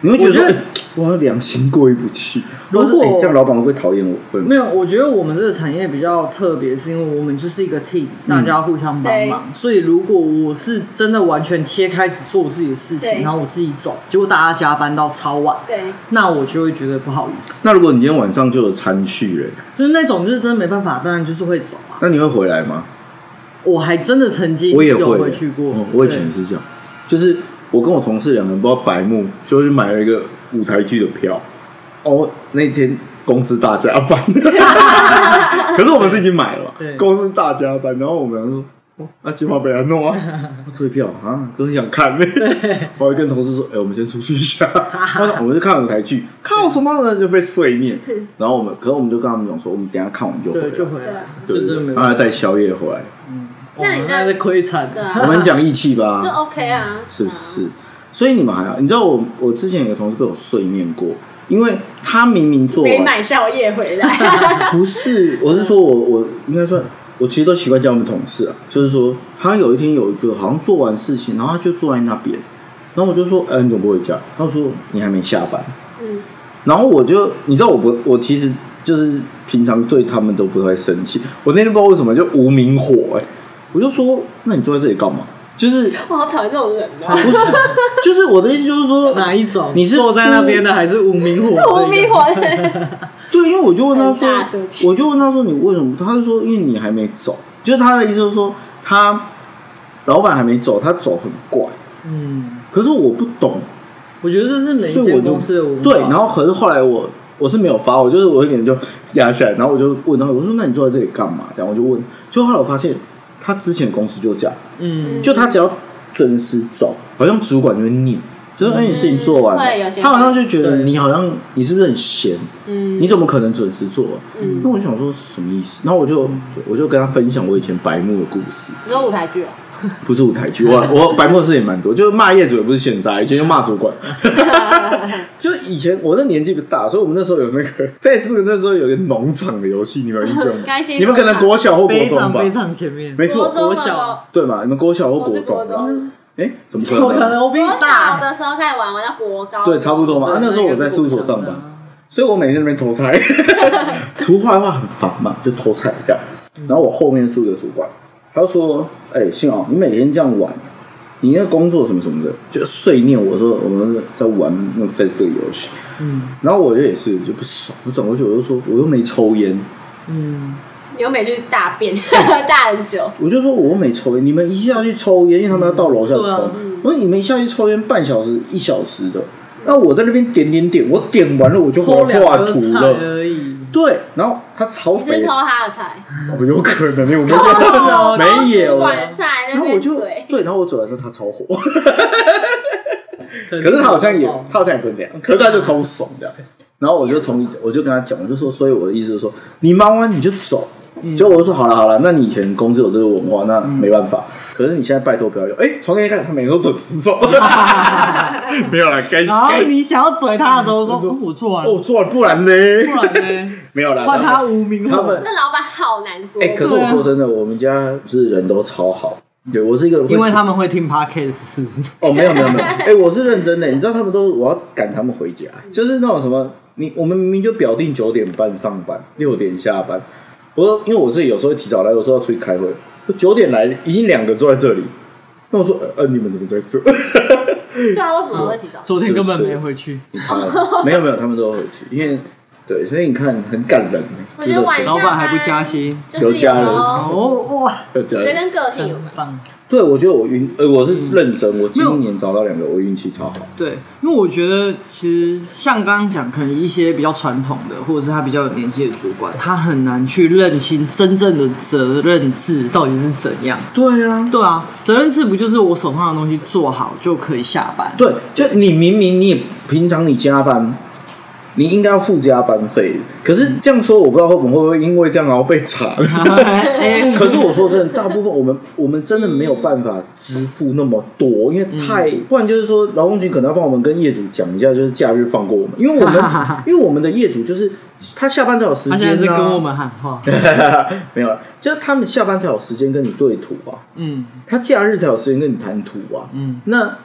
C: 你会觉
E: 我
C: 说，
E: 觉得
C: 哎我的良心过意不去，
E: 如果
C: 或者是哎这样老板会不会讨厌我？会吗
E: 没？有，我觉得我们这个产业比较特别，是因为我们就是一个 team，大
F: 嗯
E: 家互相帮忙。所以如果我是真的完全切开只做我自己的事情，
F: 对
E: 然后我自己走，结果大家加班到超晚，
F: 对，
E: 那我就会觉得不好意思。
C: 那如果你今天晚上就有餐叙了，
E: 就是那种就是真的没办法，当然就是会走啊。
C: 那你会回来吗？
E: 我还真的曾经
C: 我也
E: 有
C: 会，
E: 回去过
C: 嗯，我以
E: 对
C: 前也是这样，就是我跟我同事两个人不知道白目，就去买了一个舞台剧的票。哦，那天公司大加班， <laughs> 可是我们是已经买了嘛
E: 对，
C: 公司大加班，然后我们俩说。哦，那今晚被他弄
E: <laughs>
C: 啊，退票啊，哥很想看呢、我还跟同事说，哎、我们先出去一
E: <laughs>
C: 下，他说我们就看舞台剧，靠什么呢就被碎念。然后我们，可是我们就跟他们讲说，我们等一下看完就回来，
E: 对，就回来，就
C: 对
E: 真的
C: 对
E: 没
C: 对，
E: 有
C: 然后还带宵夜回来。
E: 哇
F: 那你这样
E: 那是亏惨
F: 对
E: 的。
F: 啊
C: 我们讲义气吧，
F: 就 OK 啊，
C: <laughs> 是不是？所以你们还好，你知道我我之前有个同事被我碎念过，因为他明明做
F: 没
C: 完，
F: 买宵夜回
C: <laughs>
F: 来，
C: 不是，我是说我我应该算，我其实都习惯叫我们同事啊，就是说他有一天有一个好像做完事情，然后他就坐在那边，然后我就说，哎、你怎么不回家？他说你还没下班，
F: 嗯，
C: 然后我就你知道我不，我其实就是平常对他们都不太生气，我那天不知道为什么就无名火哎、我就说那你坐在这里干嘛？就是
F: 我好讨厌这种人哦，
C: 不是， <laughs> 就是我的意思就是说，
E: 哪一种？
C: 你是
E: 坐在那边的还是无名火这个？
F: <laughs> 无名火的，
E: <laughs>
C: 对，因为我就问他
F: 成大生气
C: 说，我就问他说你为什么不？他就说因为你还没走，就是他的意思就是说他老板还没走，他走很怪。
E: 嗯，
C: 可是我不懂，
E: 我觉得这是每
C: 所
E: 一
C: 以我
E: 间
C: 就
E: 公司的文化。
C: 对，然后可是后来我我是没有发，我就是我一点就压下来，然后我就问他，我说那你坐在这里干嘛？这样我就问，就后来我发现他之前公司就这样，
E: 嗯，
C: 就他只要准时走，好像主管就会念，就是哎、你事情做完了
F: 嗯会有些，
C: 他好像就觉得
E: 对
C: 你好像你是不是很闲？
F: 嗯
C: 你怎么可能准时做完？
F: 嗯
C: 那我就想说什么意思？然后我就我就跟他分享我以前白目的故事，
F: 你说舞台剧哦，
C: 不是舞台剧，我我白目的事也蛮多，就是骂业主也不是现在，以前就骂主
F: <laughs>
C: 管，就是以前我那年纪不大，所以我们那时候有那个 <laughs> Facebook 那时候有个农场的游戏，你们有印象
F: 开
C: 吗？
F: 心
C: 你们可能国小或国
E: 非
C: 中
E: 常
C: 吧，
E: 非常前面。
C: 没错，
F: 中
E: 国
F: 的时
E: 小
F: 候，
C: 对嘛？你们国小或
F: 我
C: 国
F: 是国
C: 中吧？
F: 中，
C: 哎，怎么
E: 怎么
C: 可
E: 可
C: 能？
E: 能？我比你
F: 国小
E: 大。
F: 的时候开始玩，玩到国高，
C: 对，差不多嘛。啊那时候我在事务所上班。所以我每天在那边偷
E: <laughs>
C: 菜，图画的话很烦嘛，就偷菜这样。
E: 嗯
C: 然后我后面住一个主管，他就说：“哎、幸好你每天这样玩，你那工作什么什么的，就碎念我说我们在玩那个 Facebook 游戏。”
E: 嗯
C: 然后我就也是就不爽，我转过去我就说：“我又没抽烟，
E: 嗯，
F: 你又没去大便， <laughs> 大很久，
C: 我就说我又没抽烟，你们一下去抽烟，因为他们要到楼下抽。
E: 对啊
C: 我说你们一下去抽烟半小时一小时的，那我在那边点点点，我点完了我就回
E: 偷
C: 来
E: 两
C: 画
E: 个
C: 图
E: 菜
C: 了。”
E: 而已。
C: 对，然后他超
F: 你是
C: 肥
F: 偷
C: 的
F: 他的菜，
C: <laughs> 哦，有可能，我没有 <laughs>
E: 哦
C: 没有
F: 主
C: 啊。
F: 管菜
C: 然
F: 那
C: 后我
F: 边
C: 就
F: 嘴，
C: 对，然后我走来说他超火，<laughs>
E: 可
C: 可是他好像也他好像也不能这样，可是他就超爽这样。然后我就从我就跟他讲，我就说，所以我的意思是说，你忙完你就走。
E: 嗯
C: 就我就说好了好了，那你以前公司有这个文化，那没办法。可是你现在拜托不要有，哎、从那天开始他每天都准时
E: <laughs>
C: 走， <laughs> 没有啦，该
E: 然后
C: 该
E: 你想要嘴他的
C: <laughs>
E: 时候说：“哦我做完了，
C: 哦，做了不然呢？
E: 不然呢？
C: 没有啦，
E: 换他
C: 然后
E: 无名
C: 他
E: 火啊
C: 们。
F: 这老板好难做，
C: 哎、可是我说真的，我们家就是人都超好，对我是一个”会
E: 因为他们会听 podcast，是不是？
C: 哦，没有没有没有，
F: <laughs>
C: 哎、我是认真的，你知道他们都，我要赶他们回家，就是那种什么，你我们明明就表定九点半上班，六点下班，我说因为我自己有时候会提早来，有时候要出去开会，我九点来已经两个坐在这里，那我说呃呃你们怎么在
F: <laughs>
C: 这？
F: 对啊，为什么会提早？
E: 昨天根本没回去，
C: 你看没有没有，他们都会回去，因为对，所以你看很感人，
F: 我
C: 值
F: 觉
C: 得
F: 得晚
C: 学
F: 上
E: 老板还不加薪，
F: 就是有时
C: 有家人
F: 候，
E: 哦哇，
C: 要加
F: 我
C: 油
F: 觉得跟个性有
E: 很
F: 关。
E: 棒。
C: 对，我觉得我运，呃，我是认真，我今年找到两个，我运气超好。
E: 对，因为我觉得其实像刚刚讲，可能一些比较传统的，或者是他比较有年纪的主管，他很难去认清真正的责任制到底是怎样。
F: 嗯
C: 对啊，
E: 对啊，责任制不就是我手上的东西做好就可以下班？
C: 对，就你明明你也平常你加班，你应该要付加班费。可是这样说，我不知道会不会因为这样然后被查。
E: 哎
C: <laughs> 可是我说真的，大部分我们我们真的没有办法支付那么多，因为太不然就是说劳动局可能要帮我们跟业主讲一下，就是假日放过我们，因为我
E: <laughs>
C: 们因为我们的业主就是他下班才有时
E: 他
C: 间、啊，
E: 现在在跟我们喊话，
C: <laughs> 没有了，就是他们下班才有时间跟你对图啊，
E: 嗯，
C: 他假日才有时间跟你谈图啊，嗯，那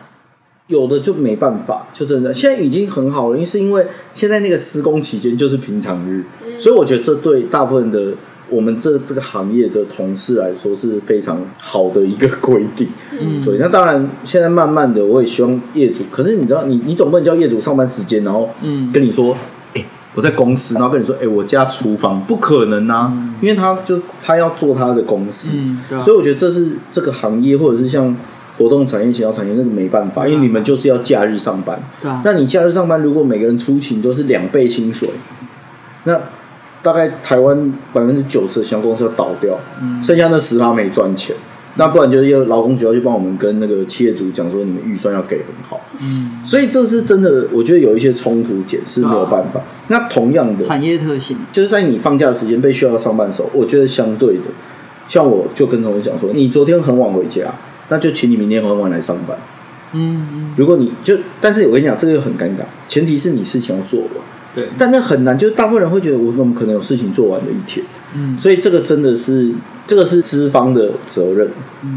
C: 有的就没办法，就真的现在已经很好了，因为是因为现在那个施工期间就是平常日，所以我觉得这对大部分的我们这这个行业的同事来说是非常好的一个规定，嗯，对，那当然现在慢慢的我也希望业主，可是你知道你你总不能叫业主上班时间，然后嗯跟你说。哎，我在公司，然后跟你说，哎、我家厨房不可能啊，因为他就他要做他的公司，
E: 嗯对啊
C: 所以我觉得这是这个行业或者是像活动产业、行销产业那个没办法，因为你们就是要假日上班。
E: 对啊，
C: 那你假日上班，如果每个人出勤都是两倍薪水，那大概台湾百分之九十的行销公司要倒掉，剩下那十趴没赚钱。那不然就是要劳工局要去帮我们跟那个企业主讲说，你们预算要给很好。嗯，所以这是真的，我觉得有一些冲突点是没有办法。那同样的，
E: 产业特性，
C: 就是在你放假的时间被需要上班的时候，我觉得相对的，像我就跟同事讲说，你昨天很晚回家，那就请你明天很晚来上班。
E: 嗯，嗯
C: 如果你就，但是我跟你讲，这个很尴尬，前提是你事情要做完，
E: 对，
C: 但那很难，就是大部分人会觉得我怎么可能有事情做完的一天？
E: 嗯，
C: 所以这个真的是这个是资方的责任，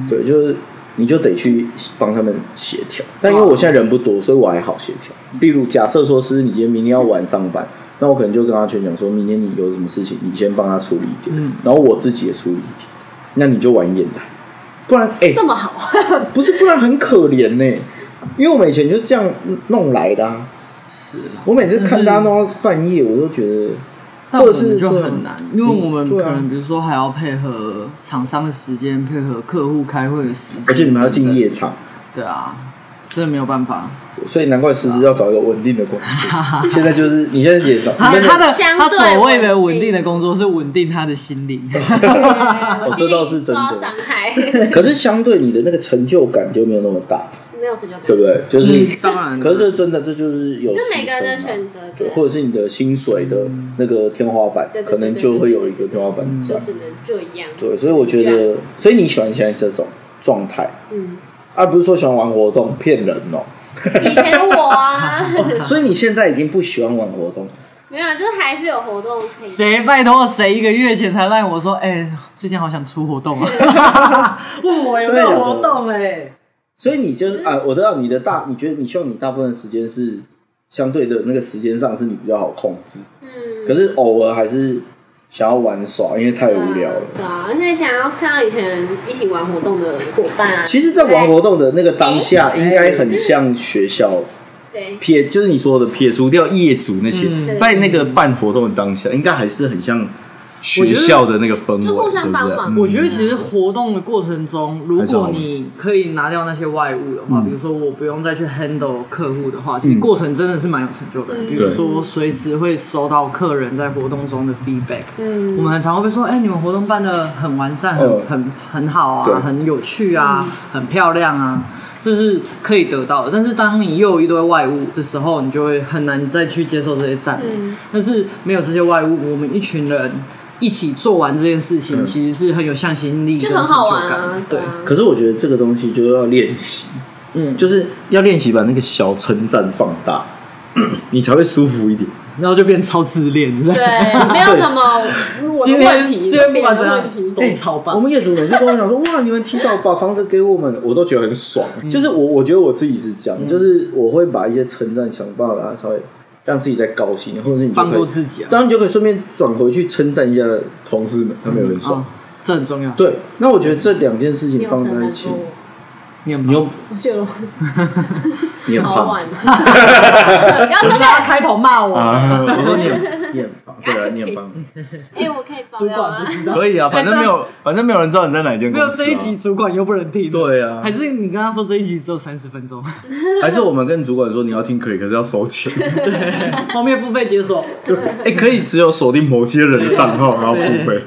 C: 对，就是你就得去帮他们协调。但因为我现在人不多，所以我还好协调。例如，假设说是你今天明天要晚上班，那我可能就跟阿全讲说，明天你有什么事情，你先帮他处理一点，然后我自己也处理一点，那你就晚一点来，不然哎、
F: 这么
C: <laughs>
F: 好，
C: 不是不然很可怜呢、因为我们以前就这样弄来的、啊。
E: 是啦，
C: 我每次看大家
E: 但是
C: 弄到半夜，我都觉得。
E: 但
C: 或
E: 我
C: 者是
E: 们就
C: 对啊
E: 很难，因为我们
C: 嗯对啊
E: 可能比如说还要配合厂商的时间，配合客户开会的时间，
C: 而且你们还要进夜场，
E: 对啊，真的没有办法。
C: 所以难怪实施要找一个稳定的
E: <laughs>
C: 工作。现在就是你现在也少，
E: 他
C: 你现在
E: 他的
F: 相
E: 他
F: 对
E: 所谓的
F: 稳
E: 稳
F: 定
E: 定的工作是稳定他的心灵， <laughs>
F: 我
C: 这倒是真的
F: 受到伤害， <laughs>
C: 可是相对你的那个成就感就没有那么大，
F: 没有成就感，
C: 对不对？就是，
E: 嗯当然
C: 可是这真的这就是有
F: 就
C: 牺
F: 每个人的
C: 牲
F: 选
C: 嘛，
F: 择
C: 对
F: 跟，
C: 或者是你的薪水的那个天花板
F: 对，对对嗯
C: 可能就会有一个天花板
F: 就
C: 在。
F: 只能这样。
C: 对，所以我觉
F: 这样，
C: 得，所以你喜欢现在这种状态，
F: 嗯，
C: 而不是说喜欢玩活动骗人哦。
F: 以前的我啊， <laughs>
C: 所以你现在已经不喜欢玩活动，
F: 没有，啊就是还是有活动可以。
E: 谁拜托谁一个月前才赖我说，哎、最近好想出活动 <laughs> 啊，问我有没有活动哎、
C: 所以你
F: 嗯
C: 就是啊，我知道你的大，你觉得你希望你大部分的时间是相对的那个时间上是你比较好控制，
F: 嗯，
C: 可是偶尔还是想要玩耍，因为太无聊了。
F: 对啊，而且想要看到以前一起玩活动的伙伴啊。
C: 其实，在玩活动的那个当
F: 哎
C: 下，应该很像学校
F: 对，
C: 撇，就是你说的撇除掉业主那些，
E: 嗯
F: 对
C: 在那个办活动的当下，应该还是很像学校的那个氛围，
F: 就互相帮忙
C: 对不
E: 我
C: 对
E: 觉得其实活动的过程中，如果你可以拿掉那些外物的话，比如说我不用再去 handle 客户的话，其实过程真的是蛮有成就感的。比如说我随时会收到客人在活动中的 feedback，
F: 嗯，
E: 我们很常会被说，哎、你们活动办的很完善，很、
C: 嗯
E: 很很好
C: 对
E: 啊，很有趣啊，
F: 嗯
E: 很漂亮啊，这是可以得到的。但是当你又有一堆外物的时候，你就会很难再去接受这些赞美。
F: 嗯
E: 但是没有这些外物，我们一群人一起做完这件事
C: 嗯
E: 情，其实是很有向心力，
F: 就
E: 跟
F: 很
E: 成
F: 好玩
E: 就感
F: 啊
E: 的。，对，
F: 对啊，
C: 可是我觉得这个东西就要练习，
E: 嗯，
C: 就是要练习把那个小称赞放大， <coughs> 你才会舒服一点。
E: 然后就变超自恋，是吧
F: 对，没有什么
E: <laughs>
F: 我的
E: 今
F: 问
E: 天
F: 题，
E: 今天不
F: 别
E: 管
F: 人
E: 怎
F: 的
E: 样
F: 问题，
C: 哎
E: 都超棒。
C: 我们业主每次跟我
E: <laughs>
C: 讲说，哇，你们提早把房子给我们，我都觉得很爽。
E: 嗯
C: 就是我，我觉得我自己是这样，就是我会把一些称赞想办法稍微让自己再高兴，或者是你就
E: 放
C: 可以
E: 过自己啊
C: 当然就可以顺便转回去称赞一下同事们，他们也很爽
E: 哦。，这很重要。
C: 对，那我觉得这两件事
F: 你
C: 情
F: 有
C: 放
F: 承
C: 在一
F: 担
C: 起
F: 过，我，
E: 你有
C: 你
E: 没有
C: 又
F: 我觉得我
C: 你很
F: 好
C: 胖
F: 玩， <laughs> 然后说
E: 他
F: 他，
E: 开头骂我？
C: 啊，
D: 啊，
C: 我说你很你很
E: <laughs>
C: 胖，对啊，你很胖，
F: 哎，我可以爆
E: 主
F: 料
E: 管
F: 吗
E: 不？知道，
D: 可以啊，反正没有，反正没有人知道你在哪一间
E: 没
D: 公司、啊。
E: 有这一集，主管又不能听。
C: 对啊
E: 还，是你跟他说这一集只有三十分钟， <laughs>
C: 还是我们跟主管说你要听可以，可是要收钱。
E: 后面付费解锁。
C: <laughs> 哎，可以只有锁定某些人的账号，然后付费，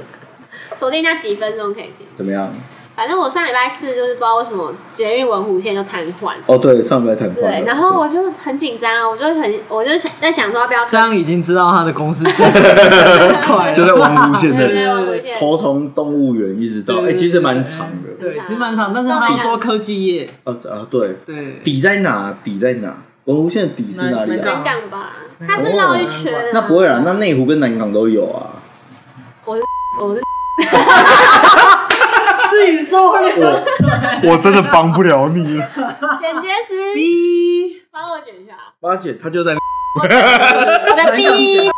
F: 锁定那几分钟可以听。
C: 怎么样？
F: 反正我上礼拜四就是不知道为什么捷运文湖线就瘫痪，
C: 哦，对，上礼拜谈判了
F: 对，然后我就很紧张啊，我就很我就想在想说要不要
E: 这样已经知道他的公司真的很快了，
D: 就在王无线
F: 对
D: 的，
F: 对我有一些
C: 头从动物园一直到，哎、
E: 对
C: 其实蛮长的。
E: 对，其实蛮爽，但是他又说科技业，
C: 啊啊，对，
E: 对，
C: 底在哪？底在哪？文湖县的底是哪里
E: 南
C: 啊？
E: 港
F: 南港吧，它是绕一圈、啊
C: 那不会啦，那内湖跟南港都有啊。
F: 我是
E: 自己说
F: <laughs>
C: 我
D: 我真的帮不了你了。
F: 剪接师，
E: B，
F: 帮我剪一下啊，
C: 八姐她就在
F: 我的
C: <laughs>
F: B。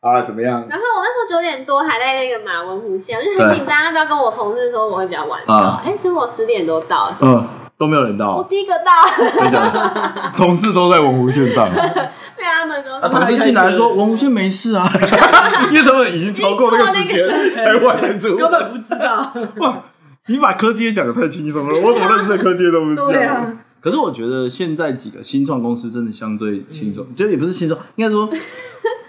C: 啊，怎么样？
F: 然后我那时候九点多还在那个马文湖线，我就很紧张，要不要跟我同事说我会比较晚到
C: 啊？
F: 哎、结果我十点多到的时候，
C: 嗯，都没有人
F: 我
C: 到，
F: 第一个到， <laughs>
C: 真的。
D: 同事都在文湖线上，
F: 被他们都
C: 啊，同事进
D: <laughs>
C: 来说文湖县没事啊，因为他们已经超过那个时间才完成出。
E: 根本不知道，
D: 你把科技也讲的太轻松了，我怎么认识的科技都不是这
E: 对
D: 样？
E: 啊，
C: 可是我觉得现在几个新创公司真的相对轻松，就也不是轻松，应该说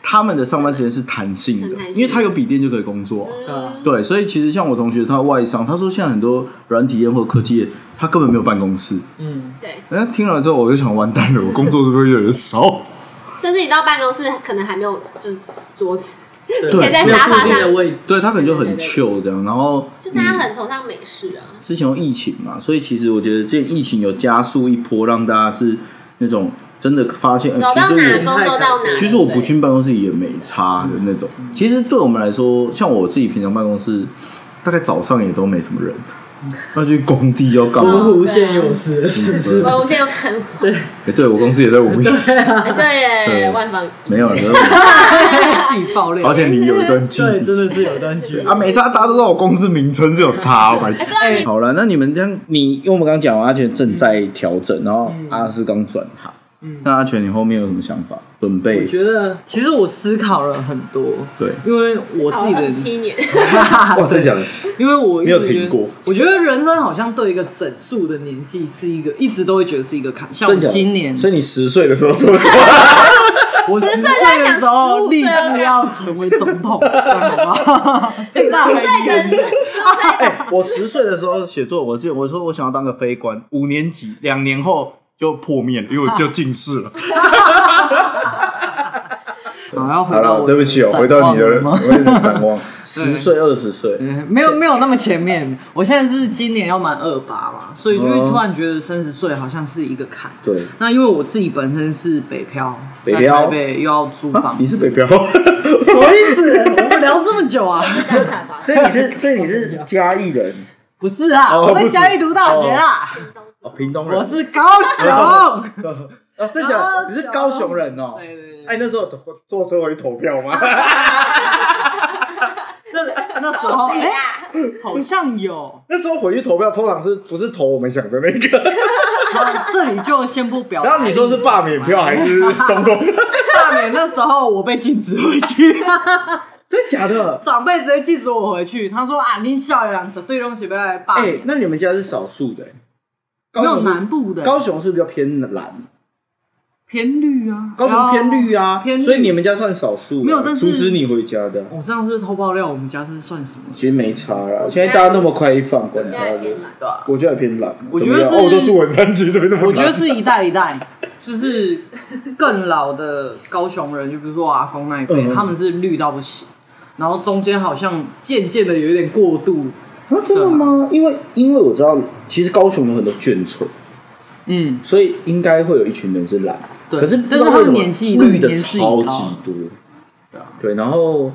C: 他们的上班时间是弹性的
F: 很弹，性
C: 因为他有笔电就可以工作啊、
E: 嗯
F: 嗯
C: 对，所以其实像我同学他外商，他说现在很多软体业或科技业，他根本没有办公室。
E: <laughs> 嗯，
F: 对，
C: 那听了之后，我就想完蛋了，我工作是不是越来越少？
F: 甚至你到办公室可能还没有就是桌子，
E: 对
F: 贴在
E: 没有
F: 沙发
E: 固定的
F: 上，
E: 位置，
C: 对他可能就很
F: 对对对
C: chill 这样，然后
F: 就大家很崇尚美式啊，
C: 之前有疫情嘛，所以其实我觉得这疫情有加速一波，让大家是那种真的发现，呃
F: 走到
C: 其实
F: 哪
C: 我
E: 都
F: 工作到哪。
C: 其实我不
F: 对嗯
C: 去办公室也没差的那种。其实对我们来说，像我自己平常办公室，大概早上也都没什么人， <laughs> 那去工地要干
E: 文
C: 嘛？
E: 湖
F: 啊
E: 线有时，
F: <laughs>
C: 对
F: 文湖线又瘫痪，
C: 哎对我公司也在无锡，
F: 哎对耶，
C: <laughs> 对
F: 万方
C: 没有人。
E: 自己爆料
C: 而，且你有一段距
E: 对，
C: 离
E: 真的是有段
C: <laughs>
E: 距离
C: 啊，，没差，大家都知道我公司名称是有差，
E: 哎
C: 白痴。
F: 对啊你
C: 好了，那你们这样，你因为我们刚刚讲完阿全正在调整，然后
E: 嗯
C: 阿斯刚转行，那阿全你后面有什么想法？准备
E: 我觉得其实我思考了很多，
C: 对，
E: 因为我
F: 考
E: 自己
F: 了
E: 的
F: 二十七
C: <laughs>
F: 年，
E: 啊
C: 哇，真的假的？
E: 因为我一直
C: 没有停过
E: 觉得我觉得人生好像对一个整数的年纪是一个，一直都会觉得是一个坎。像我
C: 真的假的
E: 今年，
C: 所以你十岁的时候做做，
E: 我十岁
F: 在想
E: 的时候
F: 15
E: 立
F: 岁要
E: 志要成为总
C: <laughs>
E: 统，这样好不好？现在
F: 你在
E: 还
F: 跟
C: 哎， <laughs> 我十岁的时候写作，我记得我说我想要当个飞官，五年级，两年后就破灭了，因为我就近视了。
E: 啊好，要回到我
D: 对不起哦，
E: 展
D: 回到你的
E: 望了吗
C: <laughs>
E: <laughs> 嗯
D: 我也在展望。
C: 十岁、二十岁，
E: 没有没有那么前面，我现在是今年要满二八嘛，所以就会突然觉得三十岁好像是一个坎。
C: 嗯对，
E: 那因为我自己本身是北漂，
C: 北
E: 在
C: 漂
E: 台北又要租房
C: <laughs> 你
E: 子，
C: 是北漂， <laughs>
E: 什么意思？ <laughs> 我们聊这么久啊？
F: 调查发
C: 所以你是，所以你是嘉义人，
E: 不是啊，
C: 哦
E: 我在嘉义读大学啦，
C: 哦，屏东人，
E: 我是高
C: <laughs>
E: 雄。
C: 啊，真假的？你是高雄人哦？
E: 对对啊
C: 哎，
E: 对，
C: 那时候坐坐车回去投票吗？
E: 那那时候哎，好像有，
C: <laughs> 那时候回去投票，通常是不是投我们想的那个？ <laughs>
E: 好这里就先不表达。
C: 然后你说是罢免票还是总
E: <laughs>
C: 统？
E: 罢免那时候我被禁止回去， <laughs>
C: 真假的？
E: 长辈直接禁止我回去，他说啊，恁少人绝对拢是要来罢
C: 哎
E: 免，，
C: 那你们家是少数的欸，
E: 没
C: 高
E: 有
C: 雄
E: 南
C: 是
E: 部的
C: 高雄是比较偏蓝，
E: 偏绿啊，
C: 高雄偏绿啊，
E: 偏绿
C: 所以你们家算少数啊，
E: 没有但是
C: 阻止你回家的啊。
E: 我这样是不是偷爆料，我们家是算什么？
C: 其实没差啦，
E: 啊
F: 我
C: 现在大家那么快一放，管他
F: 现在
C: 的
F: 天。蓝，
C: 我觉得偏蓝，
E: 我
C: 怎么
E: 觉得
C: 样
E: 是
C: 哦，我都住文山区，这边那么蓝
E: 我觉得是一代一代，就是更老的高雄人，就比如说我阿公那一辈，
C: 嗯
E: 他们是绿到不行，然后中间好像渐渐的有一点过渡，
C: 啊，真的吗？因为因为我知道，其实高雄有很多眷村，
E: 嗯，
C: 所以应该会有一群人是蓝，
E: 对
C: 可是不知道
E: 但是他
C: 为什
E: 们
C: 么
E: 年纪
C: 绿的
E: 年纪哦啊
C: 超
E: 高
C: 级多，对，然后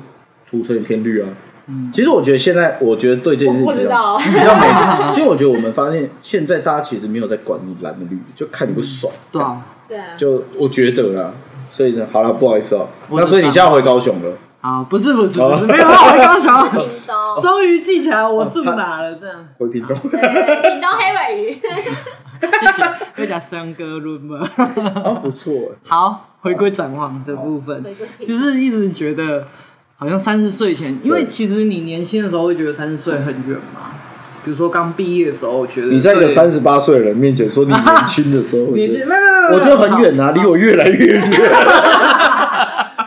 C: 土城也偏绿啊。
E: 嗯
C: 其实我觉得现在，我觉得对这件事
F: 不
C: 情比
F: 知
C: 较
F: 道， <laughs>
C: 比较没。其实我觉得我们发现现在大家其实没有在管你蓝的绿，就看你不爽。
E: 对啊，
F: 对啊，
C: 就我觉得啦，所以呢，好了，不好意思哦、
E: 我
C: 那
E: 就
C: 所以你现在回高雄了？
E: 啊，不是不是不是，没有啊，我刚想，
F: 屏东，
E: 终于记起来我住哪了，这样。
C: 回屏东？
F: 对，屏东黑尾 <laughs> 鱼，
E: 谢谢，会讲双哥论吗？
C: 啊， <laughs> 不错欸，
E: 好，回归展望的部分
F: 回归，
E: 就是一直觉得好像三十岁前，因为其实你年轻的时候会觉得三十岁很远嘛，比如说刚毕业的时候，觉得
C: 你在一个
E: 对
C: 三十八岁的人面前说你年
D: <laughs>
C: 轻的时候，我
E: 年
C: 觉得
E: 轻，没有没有没有，
C: 我觉得很远啊，离我越来越远。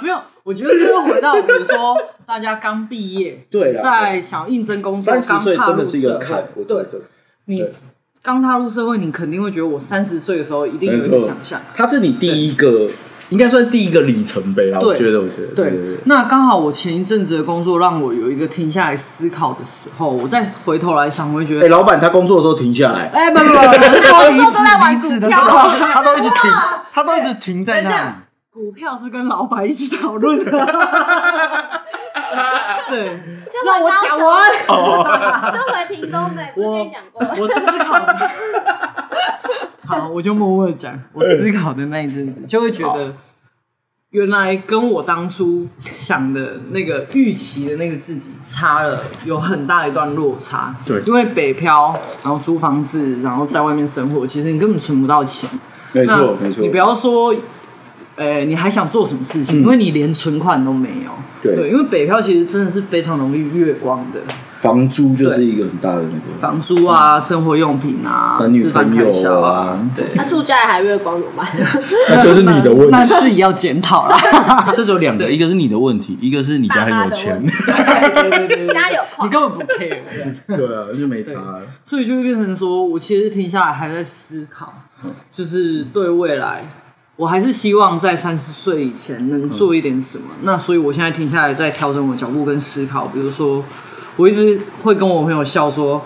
E: 没有，我我觉得这又回到比如说大家刚毕业，
C: 对啦
E: 在想应征工作，
C: 三十
E: 刚
C: 岁
E: 踏
C: 真
E: 入
C: 的是一个
E: 社
C: 坎，我
E: 会，
C: 觉
E: 对
C: 得
E: 你
C: 对
E: 刚踏入社会，你肯定会觉得我三十岁的时候一定有
C: 没
E: 一个
C: 错
E: 想象，，
C: 它是你第一个，应该算第一个里程碑啦。
E: 对
C: 我觉得，我觉得，对
E: 对
C: 对，
E: 那刚好我前一阵子的工作让我有一个停下来思考的时候，我再回头来想，我会觉
C: 对。哎，
E: 得，
C: 老板他工作的时候停下来，
E: 哎、不不不，我是说离
F: 工作都在玩
E: 职离
F: 股
E: 职的时
F: 票
E: 候，
D: 他都一直停，他都一直停在
E: 等一
D: 那里
E: 下。股票是跟老板一起讨论的。对，
F: 就
E: 让
F: 回
E: 我
F: 高
E: 讲
F: 雄
E: 完。
F: 就回屏东的，不是跟你讲过？
E: 我思考的， <laughs> 好，我就默默地讲，我思考的那一阵子，就会觉得，原来跟我当初想的那个预期的那个自己差了，有很大一段落差。
C: 对
E: 因为北漂，然后租房子，然后在外面生活，其实你根本存不到钱。
C: 没
E: 那
C: 错，没错，
E: 你不要说，呃，你还想做什么事情？因为你连存款都没有。
C: 嗯对
E: 因为北漂其实真的是非常容易月光的，
C: 房租就是一个很大的那个，
E: 房租啊、生活用品啊、
C: 男女
E: 吃饭
C: 朋
E: 开
C: 友
E: 销
C: 啊，，对，
F: 他住家里还月光怎么办？
C: 那就是你的问
E: 那
C: 题。
E: 自己要检讨啦。
D: 这只有两个，一个是你的问题，一个是你家很有钱。 <laughs>
E: 对对对对
F: 家里有
E: 你
F: 矿，
E: 根本不 care 这样，
C: 对啊，就没差了。
E: 所以就会变成说，我其实停下来还在思考，就是对未来，我还是希望在三十岁以前能做一点什么。那所以我现在停下来，在调整我脚步跟思考。比如说，我一直会跟我朋友笑说，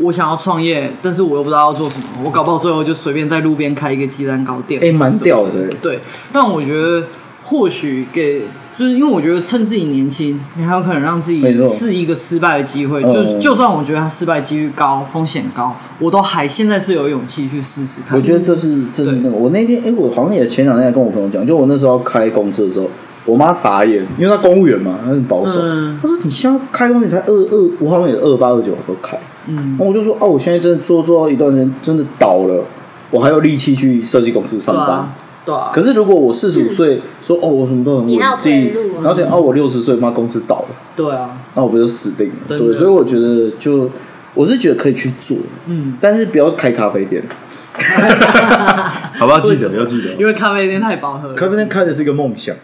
E: 我想要创业，但是我又不知道要做什么，我搞不好最后就随便在路边开一个鸡蛋糕店，
C: 哎，蛮屌的，
E: 对，但我觉得或许给，就是因为我觉得趁自己年轻，你还有可能让自己
C: 没错
E: 试一个失败的机会。
C: 嗯
E: 就就算我觉得它失败几率高，风险高，我都还现在是有勇气去试试看。
C: 我觉得这是这是那个，我那天哎、诶我好像也前两天还跟我朋友讲，就我那时候开公司的时候，我妈傻眼，因为她公务员嘛，她很保守，
E: 嗯
C: 她说你现在开公司你才二二，我好像也二八二九我都开，嗯，然后我就说哦、我现在真的做做到一段时间真的倒了，我还有力气去设计公司上
E: 对
C: 班。
E: 啊，对啊，
C: 可是如果我四十五岁说哦，我什么都很稳
F: 你还有退
C: 定
F: 路啊，
C: 然后讲哦，我六十岁妈公司倒了，
E: 对啊，
C: 那我不就死定了？
E: 真的
C: 对，所以我觉得就我是觉得可以去做，
E: 嗯，
C: 但是不要开咖啡
E: <laughs>
C: 店，
D: <laughs> 好不好？记得要记得。
E: 因为咖啡店太饱和了。
C: 咖啡店开的是一个梦想，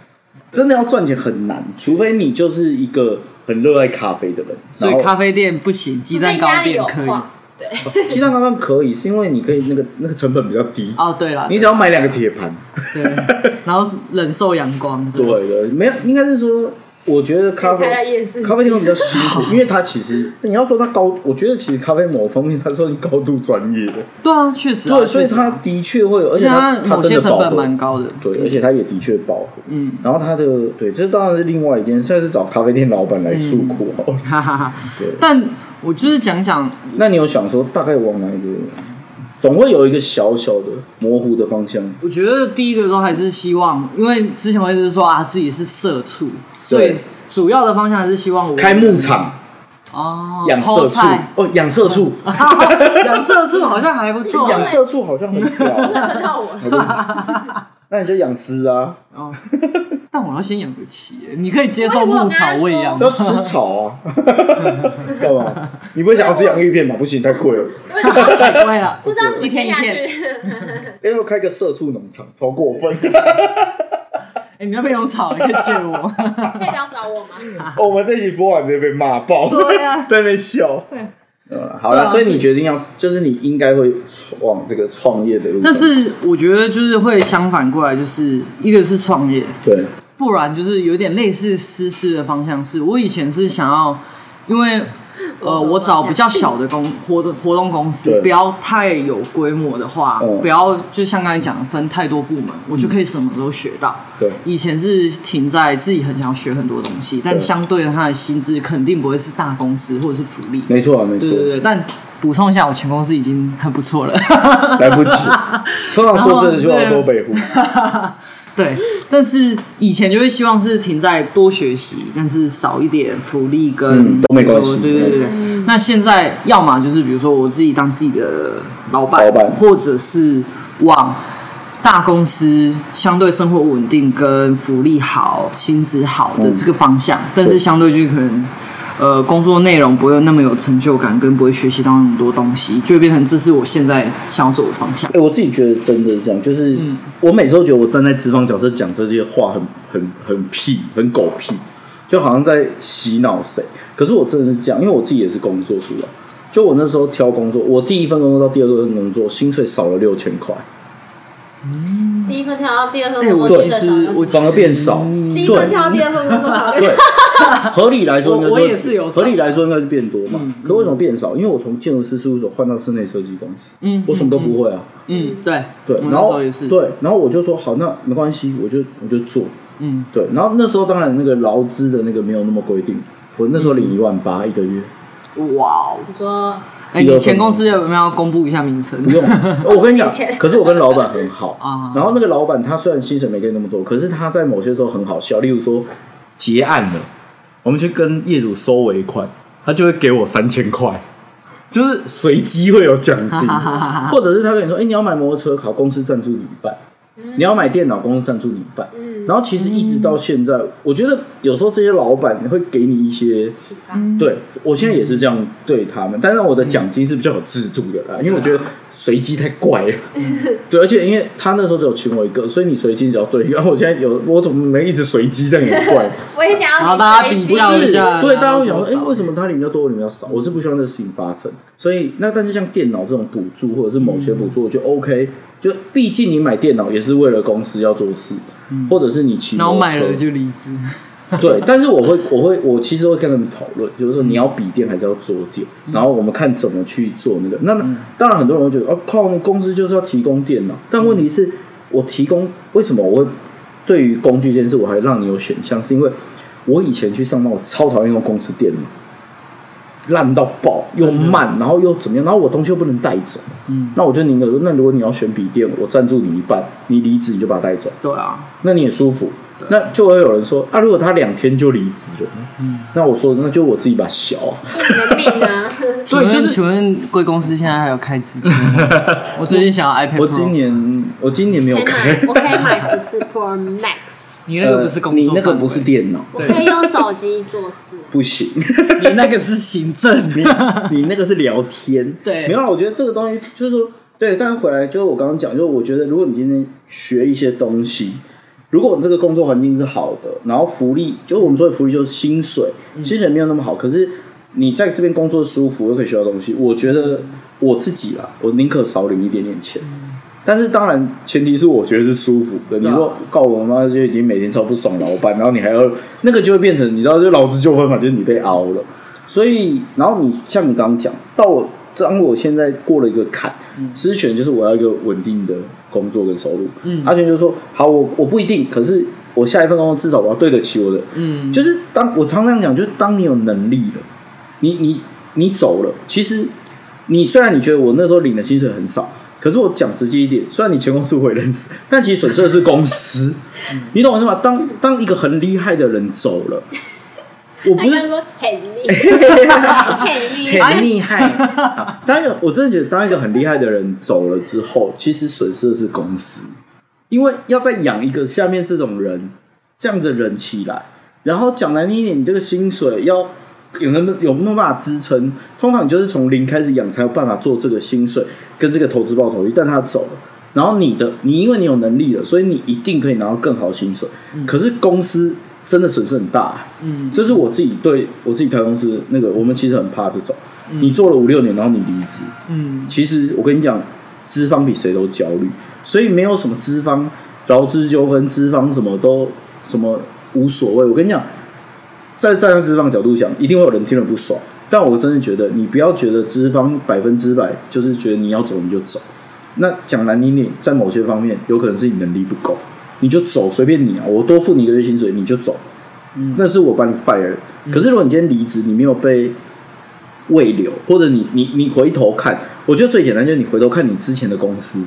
C: 真的要赚钱很难，除非你就是一个很热爱咖啡的人。
E: 所以
C: 然后
E: 咖啡店不行，鸡
F: 除
E: 蛋
F: 非
E: 糕
F: 家里有
E: 店可以。
F: 矿。对，
C: 鸡蛋糕上可以，是因为你可以那个那个成本比较低，
E: 哦，对了，
C: 你只要买两个铁盘。
E: 对，然后忍受阳光，这样，
C: 对对，没有，应该是说，我觉得咖啡
F: 开在夜市
C: 咖啡店会比较辛
F: <laughs>
C: 苦，因为它其实你要说它高，我觉得其实咖啡某方面它算高度专业的，
E: 对啊，确实啊，
C: <laughs> 对，所以
E: 确实啊
C: 它的确会有，而
E: 而
C: 且
E: 且
C: 它
E: 它
C: 它
E: 某
C: 真
E: 些
C: 的
E: 成
C: 饱
E: 本
C: 和，
E: 蛮高的，
C: 对，而且它也的确饱和。
E: 嗯，
C: 然后它的对，这当然是另外一件，算是找咖啡店老板来诉苦好了。
E: 哈哈哈
C: 对。
E: 但我就是讲讲
C: <laughs> 那你有想说大概往哪一个？总会有一个小小的模糊的方向。
E: 我觉得第一个都还是希望，因为之前我一直说啊自己是社畜，所以主要的方向还是希望我
C: 开牧场
E: 哦，
C: 养
E: 泡
C: 社畜
E: 菜
C: 哦，养社 <laughs> 畜，
E: 养社畜好像还不错。
C: 养社畜好像很 <laughs> 屌。
F: 轮到我。
C: 那你就养狮啊，
E: 哦，但我要先养得起耶，你可以接受牧草喂
C: <laughs>
E: 养
C: 不
E: 吗
C: 要？吃草啊， <laughs> 干嘛？你不会想要吃洋芋片吧？不行，太贵了。
E: 太贵了，
F: 不知道怎 <laughs> 么
E: 一天
F: 听
E: 一
F: 下
E: 片。
F: 去，
C: 哎，要开个社畜农场，超过
E: <laughs>
C: 分。
E: 哎，你那边有草，你可以借
C: <laughs>
E: 我。
F: 可以不要找我吗？
C: 我们这一集播完直接被骂爆，
E: 对啊
C: <laughs> 在那边笑。呃好了，所以你决定要，就是你应该会往这个创业的路上。
E: 但是我觉得就是会相反过来，就是一个是创业，
C: 对，
E: 不然就是有点类似私事的方向是，我以前是想要，因为呃，我找比较小的公活动活动公司
C: 对，
E: 不要太有规模的话，
C: 嗯
E: 不要就像刚才讲的分太多部门，我就可以什么都学到。
C: 对
E: 以前是停在自己很想学很多东西，但
C: 对
E: 相对的，他的薪资肯定不会是大公司或者是福利。
C: 没错啊，没错
E: 对，对对，但补充一下，我前公司已经很不错了。
C: 来不及。通常说这个就要
E: 然后啊
C: 多北户，
E: <laughs> 对，但是以前就会希望是停在多学习，但是少一点福利跟、
C: 嗯都没关系
E: 对对对对。那现在要么就是比如说我自己当自己的老板，
C: 老板
E: 或者是往大公司相对生活
C: 嗯
E: 稳定跟福利好、薪资好的这个方向，但是相对就可能。呃工作内容不会那么有成就感，跟不会学习到很多东西，就会变成这是我现在想要走的方向
C: 哎、。我自己觉得真的是这样，就是、
E: 嗯
C: 我每次都觉得我站在资方角色讲这些话很很很屁，很狗屁，就好像在洗脑谁。可是我真的是这样，因为我自己也是工作出来。就我那时候挑工作，我第一份工作到第二份工作，薪水少了六千块，
F: <laughs> 第一份跳到第二份
E: 哎
F: 工
E: 我
F: 作
E: 其
F: 去的
E: 实
F: 少六
E: 我
F: 千，
C: 反而变少。
E: 嗯
F: 第一
C: 对
F: 份跳到第二份工作少六
C: 对 <laughs>
F: 千，，
C: 合理来说应该
E: 我我也是有少嗯
C: 合理来说应该是变多嘛。可为什么变少？因为我从建筑师事务所换到室内设计公司，
E: 嗯
C: 我什么都不会啊。
E: 嗯，对
C: 对
E: 我，那
C: 然
E: 时
C: 后
E: 候也是，
C: 对，然后我就说好，那没关系，我就我就做，
E: 嗯，
C: 对。然后那时候当然那个劳资的那个没有那么规定，我那时候领一万八一个月，
E: 哇哦！
F: 你说
E: 哎、
C: 第二份
E: 你前公司有没有要公布一下名称？
C: 不用。 <laughs> 我跟你讲
F: 二十年前，
C: 可是我跟老板很好
E: 啊
C: 然后那个老板他虽然薪水没给那么多，可是他在某些时候很好笑，例如说结案了，我们去跟业主收尾款，他就会给我三千块。就是随机会有奖
F: <laughs>
C: 金，或者是他跟你说：“哎、你要买摩托车，好，公司赞助你一半；
F: 嗯
C: 你要买电脑，公司赞助你一半。”然后其实一直到现在，我觉得有时候这些老板会给你一些
F: 启发，
C: 对我现在也是这样对他们，但是我的奖金是比较有制度的啦，因为我觉得随机太怪了。
E: 嗯
C: 对，而且因为他那时候只有请我一个，所以你随机只要对一个，然后我现在有我怎么没一直随机这样也
E: <laughs>
C: 怪？
F: 我也想
E: 然
F: 要
E: 后
F: 你
E: 大家
F: 随
E: 比
F: 机
E: 较一下，
C: 对，大家
E: 拿到
C: 会想
E: 多
C: 说，哎、
E: 少
C: 为什么他领比较多，我领比较少？我是不希望这个事情发生。所以那但是像电脑这种补助或者是某些补助，我觉得 OK。就毕竟你买电脑也是为了公司要做事，或者是你骑
E: <laughs> 嗯然
C: 摩托
E: 后买
C: 车
E: 了就离职。
C: <laughs> 对，但是我会，我会，我其实会跟他们讨论，就是说你要笔电还是要桌垫，然后我们看怎么去做那个。那当然，很多人会觉得哦，靠，公司就是要提供电脑，但问题是，我提供为什么我会对于工具这件事，我还让你有选项，是因为我以前去上班，我超讨厌用公司电脑，烂到爆，又慢，然后又怎么样，然后我东西又不能带走，嗯，那我就宁可说，那如果你要选笔电，我赞助你一半，你离职你就把它带走。
E: <laughs> 对啊，
C: 那你也舒服。那就会有人说啊，如果他两天就离职了，那我说那就我自己把小、啊，
F: 你的命 <laughs> 啊！
E: 所以请就问是请问贵公司现在还有开支吗？ <laughs> 我最近想要 iPad，
C: 我
E: Pro
C: 今年我今年没有
F: 可以
C: 开
F: 买，，我可以买十四 Pro Max，
C: <laughs>
E: 你
C: 呃
E: 那个不是工作，
C: 你那个不是，电脑，
F: 我可以用手机做事。
C: 不行，
E: 你那个是行政。
C: 呃你那个是聊天，
E: 对
C: 没有啦，啊我觉得这个东西就是说，对，但是回来就是我刚刚讲，就是我觉得如果你今天学一些东西，如果你这个工作环境是好的，然后福利，就我们说的福利就是薪水，薪水没有那么好，可是你在这边工作舒服，又可以学到东西，我觉得我自己啦，我宁可少领一点点钱。但是当然，前提是我觉得是舒服的。你说告我妈就已经每天超不爽老板，然后你还要那个就会变成你知道，就劳资纠纷嘛，就是你被熬了。所以，然后你像你刚刚讲，到我当我现在过了一个坎，之选就是我要一个稳定的工作跟收入。嗯，阿全就说好，我我不一定，可是我下一份工作至少我要对得起我的。嗯，就是当我常常讲，就是当你有能力了，你你你走了，其实你虽然你觉得我那时候领的薪水很少，可是我讲直接一点，虽然你前公司我也认识，但其实损失的是公司。你懂我意思吗？当当一个很厉害的人走了，我不
F: 他 <laughs> 哎刚
C: 是
F: 刚说很
C: <laughs>
F: 厉害，很厉
E: 哎
F: 害，
C: 很厉害。
E: <laughs>
C: 好当一个，我真的觉得当一个很厉害的人走了之后，其实损失的是公司，因为要再养一个下面这种人，这样子的人起来，然后讲难听一点，你这个薪水要。有那么有没有办法支撑？通常你就是从零开始养，才有办法做这个薪水跟这个投资报酬率。但他走了，然后你的你因为你有能力了，所以你一定可以拿到更好的薪水。可是公司真的损失很大、嗯，这是我自己对我自己开公司那个，我们其实很怕这种。你做了五六年，然后你离职，
E: 嗯，
C: 其实我跟你讲，资方比谁都焦虑，所以没有什么资方劳资纠纷，资方什么都什么无所谓。我跟你讲，在站在资方角度讲，一定会有人听了不爽。但我真的觉得，你不要觉得资方百分之百就是觉得你要走你就走。那讲难听点，在某些方面，有可能是你能力不够，你就走，随便你啊，我多付你一个月薪水，你就走。那是我把你 fire 了。可是如果你今天离职，你没有被喂流，或者你你你回头看，我觉得最简单就是你回头看你之前的公司，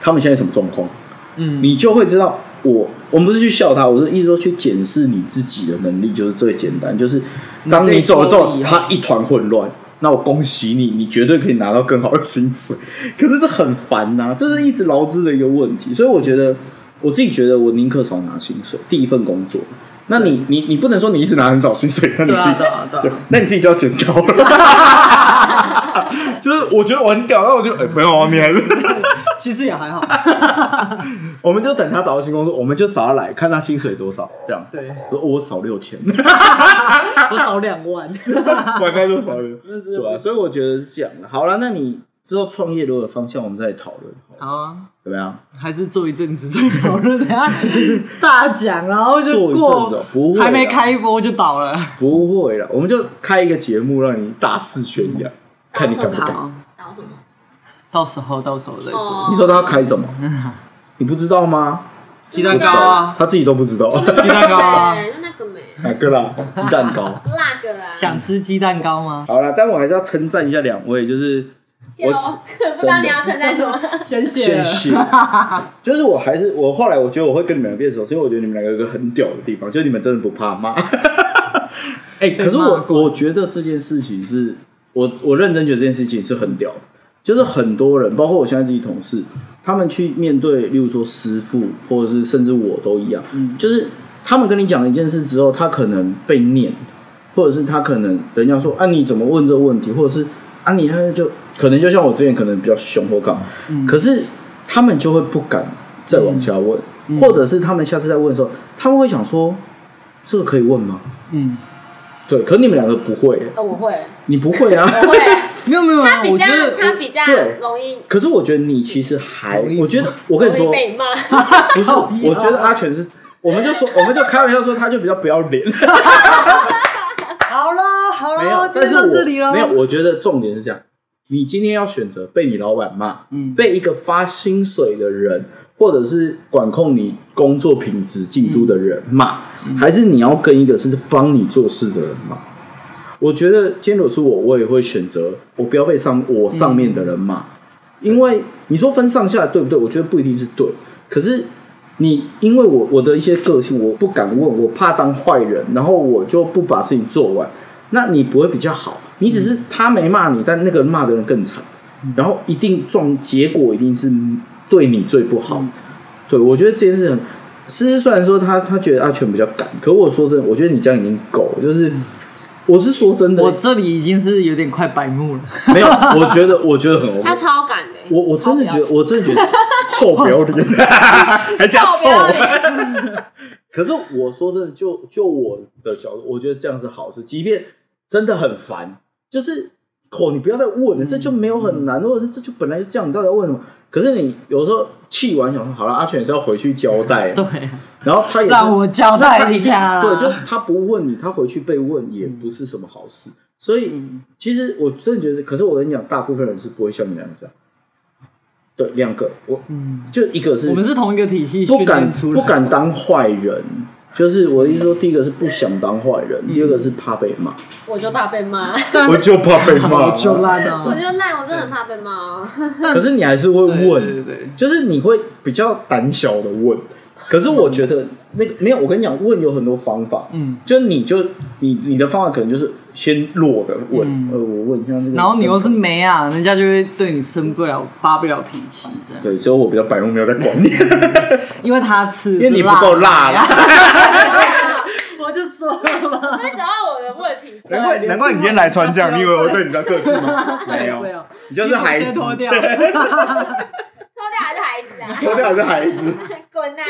C: 他们现在什么状况，
E: 嗯，
C: 你就会知道我。我们不是去笑他，我是意思说去检视你自己的能力，就是最简单。就是当你走了之后
E: 你，被抽离
C: 他一团混乱，那我恭喜你，你绝对可以拿到更好的薪水。 <laughs> 可是这很烦呐、这是一直劳资的一个问题。所以我觉得，我自己觉得我宁可少拿薪水，第一份工作。那你你你不能说你一直拿很少薪水，那你
E: 对
C: 自
E: 啊
C: 己
E: 对啊对啊
C: 对，那你自己就要剪刀了。 <laughs> 就是我觉得我很屌，那我就哎、没有啊，你还是，
E: 其实也
C: <laughs>
E: 还好。
C: 我们就等他找到新工作，我们就找他来看他薪水多少，这样。
E: 对，
C: 我哦我少六
E: <laughs>
C: 千，
E: 我少两万。
C: 管他多少了，
E: 真
C: <laughs>
E: 的
C: 对啊，所以我觉得是这样的。好了，那你之后创业如果有方向，我们再讨论，
E: 好啊，
C: 怎么样？ <laughs>
E: 还是做一阵子再讨论， <laughs> 等下大奖，然后就
C: 做一
E: 过，
C: 阵子哦不会啦
E: 还没开播就倒了。
C: 不会了，我们就开一个节目让你大肆宣扬，看你敢不敢。
E: 好，
F: 搞什么？
E: 到时候到时候再说。
F: 哦
C: 你说他要开
E: <laughs>
C: 什么？你不知道吗？
E: 鸡蛋糕啊，
C: 他自己都不知道， <laughs>
E: 鸡蛋糕啊，
F: 对，就那个没
C: 哪个啦？鸡蛋糕。
F: 那个啊，
E: 想吃鸡蛋糕吗？
C: 好啦，但我还是要称赞一下两位，就是
F: 谢咯不知道你要称赞什么。
E: 先谢
C: 谢
E: 了。 <laughs>
C: 谢，就是我还是我后来我觉得我会跟你们两个变熟，是因为我觉得你们两个有一个很屌的地方，就是你们真的不怕骂。哎、可是我我觉得这件事情是我我认真觉得这件事情是很屌的，就是很多人，包括我现在自己同事，他们去面对，例如说师傅，或者是甚至我都一样，就是他们跟你讲了一件事之后，他可能被念，或者是他可能人家说啊你怎么问这个问题，或者是啊你那就可能就像我之前可能比较凶或干嘛，可是他们就会不敢再往下问，或者是他们下次再问的时候，他们会想说这个可以问吗？
E: 嗯，
C: 对，可你们两个不会，
F: 呃，我会，
C: 你不会啊。
F: 我会，
E: 没有没有，没有
F: 他比
E: 我
F: 较
E: 觉得
F: 他比较
C: 对
F: 容易
C: 可是我觉得你其实还，
D: 意思
C: 我觉得我跟你
F: 容
C: 说
F: 易，
C: <laughs>
F: 被骂。
C: 不是，我觉得阿全是，我们就说，我们就开玩笑说，他就比较不要脸，
E: 好了好
C: 没有
E: 了，，今
C: 但
E: 天
C: 是
E: 到
C: 我
E: 这里了。
C: 没有，我觉得重点是这样，你今天要选择被你老板骂，
E: 嗯
C: 被一个发薪水的人，或者是管控你工作品质进度的人骂，
E: 嗯
C: 还是你要跟一个是帮你做事的人骂？我觉得今天如果是我，我也会选择我不要被上我上面的人骂，
E: 嗯
C: 因为你说分上下对不对？我觉得不一定是对，可是。你因为我我的一些个性，我不敢问，我怕当坏人，然后我就不把事情做完。那你不会比较好，你只是他没骂你，但那个人骂的人更惨，然后一定撞，结果一定是对你最不好。对我觉得这件事很，思思虽然说他他觉得阿啊全比较敢，可我说真的，我觉得你这样已经够了，就是我是说真的
E: 我，这里已经是有点快白目了。 <laughs>
C: 没有，我觉得我觉得很 OK，
F: 他超敢的，
C: 我我真的觉得我真的觉得臭不要脸， <laughs> 还加
F: 超
C: 臭
F: 不。要脸，
C: <laughs> 可是我说真的，就就我的角度，我觉得这样是好事，即便真的很烦，就是口你不要再问了，这就没有很难，或者是这就本来就这样，你到底要问什么？可是你有时候气完想说，好了，阿全也是要回去交代，
E: 对，啊
C: 然后他也是
E: 让我交代一下
C: 那他一
E: 啦
C: 定对，就是他不问你，他回去被问也不是什么好事。所以、
E: 嗯
C: 其实我真的觉得，可是我跟你讲，大部分人是不会像你两个这样。啊对，两个我，就一个是
E: 我们是同一个体系
C: 不
E: 训
C: 敢
E: 练出来
C: 不
E: 的。
C: 敢当坏人，就是我的意思说，第一个是不想当坏人，
E: 嗯
C: 第二个是怕被骂，
F: 我就怕被骂，
C: 我就怕被骂
E: 我就烂啊
F: 我！就赖，我真的很怕被骂。哦
C: 可是你还是会
E: 对
C: 问，
E: 对对对，
C: 就是你会比较胆小的问。可是我觉得那个没有，我跟你讲，问有很多方法，
E: 嗯，
C: 就是你就你你的方法可能就是先弱的问，
E: 嗯
C: 呃，我问一下那个，
E: 然后你又是没啊，人家就会对你生不了发不了脾气这样，
C: 对，只有我比较白目，没有在管
E: <laughs>
C: 你，
E: 因为他吃
C: 因为你不够辣
E: 呀。
C: 啦。
E: <laughs> 我就说了嘛，
F: 所以找到我的问题，
C: 难怪难怪你今天来穿这
E: <laughs>
C: 样，你以为我对你比较客气吗？没有，你就是孩子
E: 先，脱掉，
F: 脱掉还是孩子啊？
C: <laughs> 脱掉还是孩子。
F: 滚啊！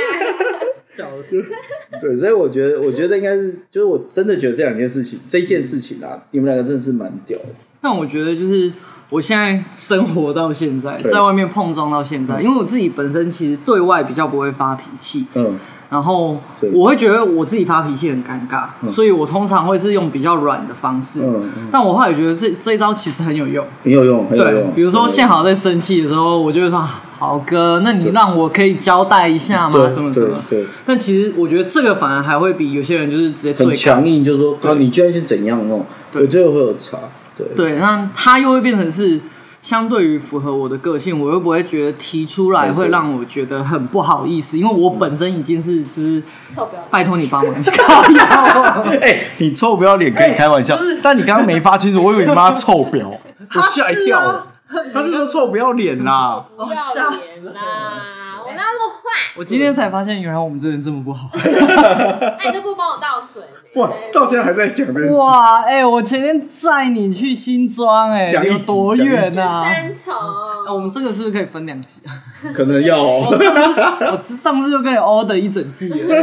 E: 笑死！
C: <laughs> 对，所以我觉得，我觉得应该是，就是我真的觉得这两件事情，这一件事情啊，你们两个真的是蛮屌的。
E: 但我觉得就是我现在生活到现在，
C: 对
E: 在外面碰撞到现在，因为我自己本身其实对外比较不会发脾气，
C: 嗯，
E: 然后
C: 对
E: 我会觉得我自己发脾气很尴尬，所以我通常会是用比较软的方式。
C: 嗯嗯
E: 但我后来觉得这这一招其实很有用，
C: 很有用，很嗯有
E: 对
C: 用。，
E: 比如说
C: 现
E: 宪豪在生气的时候，我就会说啊豪哥，那你让我可以交代一下啊吗？
C: 对
E: 什么什么？
C: 对对
E: 但其实我觉得这个反而还会比有些人就是直接
C: 很
E: 对抗。
C: 强硬，就是说，啊，你居然是怎样弄，
E: 对
C: 我这个会有差。对， <laughs>
E: 对，那他又会变成是相对于符合我的个性，我又不会觉得提出来
C: 没错
E: 会让我觉得很不好意思，因为我本身已经是就是
F: 臭不要脸，
E: 拜托你帮 <laughs> 忙靠腰，
D: 哎，你臭不要脸可以开玩笑，但你刚刚没发清楚，我以为你妈臭
E: <laughs>
D: 婊，我吓一跳。他是说臭不要脸啦，
C: 哦
F: 不要脸啦！我哪有那么坏怪？
E: 我今天才发现，原来我们真的这么不好。
F: 那你都不帮我倒水？
C: 哇，到现在还在讲这件事，
E: <laughs> 啊哇，哎、我前天载你去新庄、哎，
C: 讲一集
E: 有多远啊？
F: 三重，
E: 那我们这个是不是可以分两集啊？ <laughs>
C: 可能要哦。
E: 我上次就跟你 order 一整季 <laughs> 了，
C: <laughs>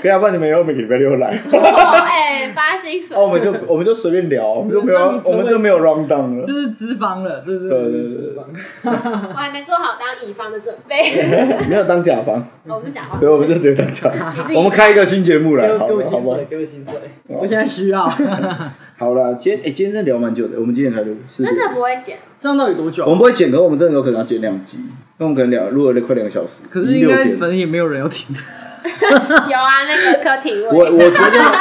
C: 可以啊，不然你们以后每个礼拜六
E: <laughs>
C: 来，
F: 哦哎发薪水
C: 哦，我们就我们就随便聊，我们就没有
E: 那你成
C: 我
E: 为
C: 们就没有 round down 了
E: 这。是资方了，这是
C: 对对对
E: 资方。
F: 我还没做好当乙方的准
C: <laughs>
F: 备。
C: 哎没有当甲方，
F: 我们是甲方
C: 对，，我们就直接当甲
F: 你是
C: 方。我们开一个新节目来，
E: 给我
C: 好
E: <laughs> 给我
C: 了，好
E: 薪
C: 不好
E: 水，？给我薪水，我现在需要。 <laughs>
C: 好了，今天哎，今天真的聊蛮久的，我们今天才录，是
F: 真的不会剪，
E: 这样到底多久啊
C: 我？们不会剪，可是我们真的有可能要剪两集，那我们可能聊录了快两个小时，
E: 可是应该
C: 六
E: 反
C: 点。
E: 正也没有人要听。
F: 有啊，那个柯廷
C: <laughs> 我
F: 伟，
C: 我觉得。
E: <laughs>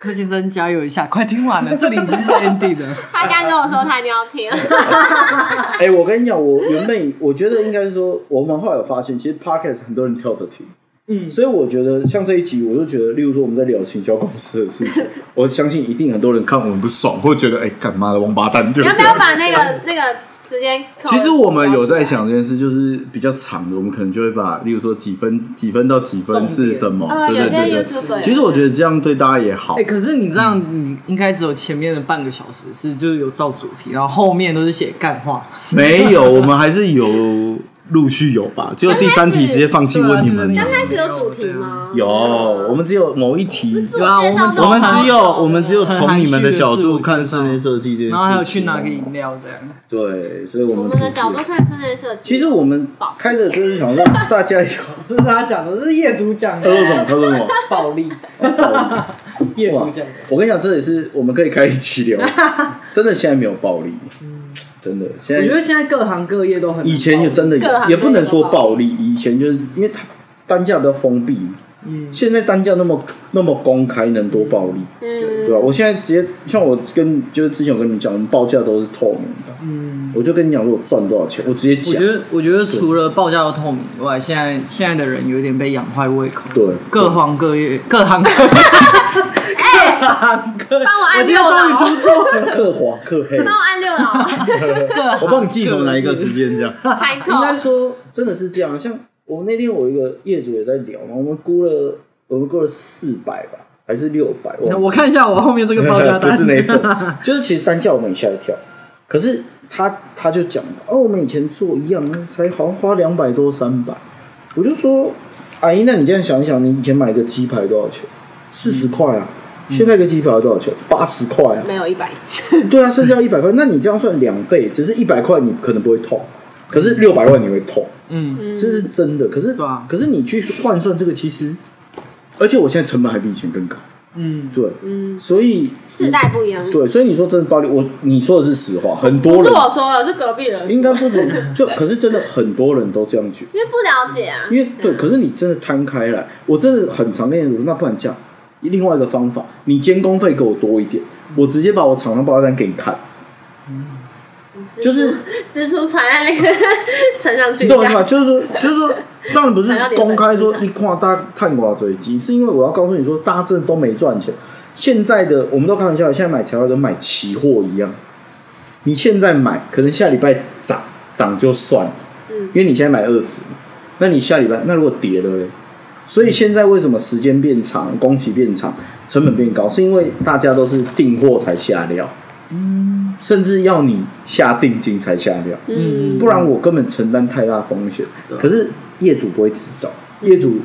E: 柯先生加油一下，快听完了，这里已经是 ending 了。
F: 他刚跟我说他一定要
C: <laughs>
F: 听， <laughs>
C: 哎、我跟你讲，我原本我觉得应该是说，我们后来有发现，其实 podcast 很多人跳着听，嗯，所以我觉得像这一集，我就觉得，例如说我们在聊行销公司的事
F: <laughs>
C: 情，我相信一定很多人看我们不爽，或觉得哎，干、嘛的王八蛋就
F: 你
C: 是
F: 要不
C: 这
F: 要
C: 样。
F: 把那
C: <laughs>
F: 个那个时间？
C: 其实我们有在，想这件事，就是比较长的，我们可能就会把，例如说几分几分到几分是什么，
F: 呃，
C: 对
F: 有
C: 对
F: 些
C: 对
F: YouTube
C: 对。其实我觉得这样对大家也好
E: <laughs> 哎、，可是你这样，你应该只有前面的半个小时是就是有照主题，然后后面都是写干话。
C: <laughs> 没有，我们还是有陆续有吧，只有第三题直接放弃问你们
E: 对啊
C: 了
E: 对啊。
F: 开始有主题吗？
C: 有，我们只有某一题，
F: 自我介绍
E: 有啊
F: 都
C: 我们
E: 我们
C: 只有我们只有从你们的角度看室内设计这件事情，
E: 然后还有去拿个饮料这样。
C: 对，所以我
F: 我
C: 们
F: 们的角度看室内设计，
C: 其实我们开着就是想让大家有
E: <laughs> 这是他讲的，这是业主讲
C: 喝什么喝什么。
E: 暴力，业
C: 哇
E: 主讲的。
C: <laughs> 我跟你讲，这也是我们可以开一期聊，真的现在没有暴力，真的现
E: 我觉
C: 在
E: 得现在各行各业都很
C: 以前也真的有
F: 各行各业
C: 也不能说暴力，以前就是因为它单价比较封闭，嗯，现在单价那么那么公开，能多暴力？
F: 嗯，
C: 对吧、我现在直接像我跟就是之前我跟你讲，我们报价都是透明的，嗯，我就跟你讲，如果赚多少钱，我直接
E: 我
C: 讲
E: 觉。得，我觉得除了报价要透明以外，现在现在的人有点被养坏胃口。
C: 对 <laughs>
E: 各行各业，各行各 <laughs> 业，各行各业。
F: 帮我
E: 哎我
F: 按
E: 今天
F: 六
E: 终于
F: 楼，
E: 出错了，
C: 克华克
F: <laughs>
C: 黑，
F: 帮我按六楼，
C: 我帮你记从哪一个时间这
F: <laughs>
C: 样。
F: 开口
C: 应该说真的是这样，像我那天我一个业主也在聊嘛，我们估了我们估了四百吧，还是六百？忘
E: 哎我
C: 记
E: 看一下我后面这个报价单，
C: 不是 <laughs> 那一份，就是其实单价我们也吓一跳，可是他他就讲哦，我们以前做一样才好像花两百多三百，我就说阿姨，那你这样想一想，你以前买个鸡排多少钱？四十块啊。现在一个鸡排多少钱？八十块啊！
F: 没有一百，
C: 对啊，甚至要一百块，那你这样算两倍，只是一百块你可能不会痛，可是六百万你会痛，
E: <laughs> 嗯，
C: 这是真的。可是，
E: 对啊
C: 可是你去换算这个，其实，而且我现在成本还比以前更高，
E: 嗯，
C: 对，
F: 嗯，
C: 所以
F: 世代不一样。
C: 对，所以你说真的暴力，我你说的是实话，很多
F: 不是
C: 人
F: 我说的，是隔壁人，
C: 应该不止，就可是真的很多人都这样觉得，
F: 因为不了解啊。
C: 因为对，可是你真的摊开来，我真的很常跟你说，那不然这样，另外一个方法，你监工费给我多一点，我直接把我厂商报价单给你看，就是。
F: 支出传在那个乘上去
C: 你
F: 一
C: 懂我意思
F: 下
C: 吗？，啊就是说，就是说，当然不 <laughs> 是
F: 还要连
C: 公开
F: 本
C: 说
F: 事
C: 一夸大家探瓜追击，是因为我要告诉你说，大家真的都没赚钱。现在的我们都开玩笑，现在买材料跟买期货一样，你现在买，可能下礼拜涨涨就算了，因为你现在买二十，那你下礼拜那如果跌了嘞？所以现在为什么时间变长，工期变长，成本变高，是因为大家都是订货才下料，嗯，甚至要你下定金才下料，
F: 嗯，
C: 不然我根本承担太大风险。可是业主不会知道，业主，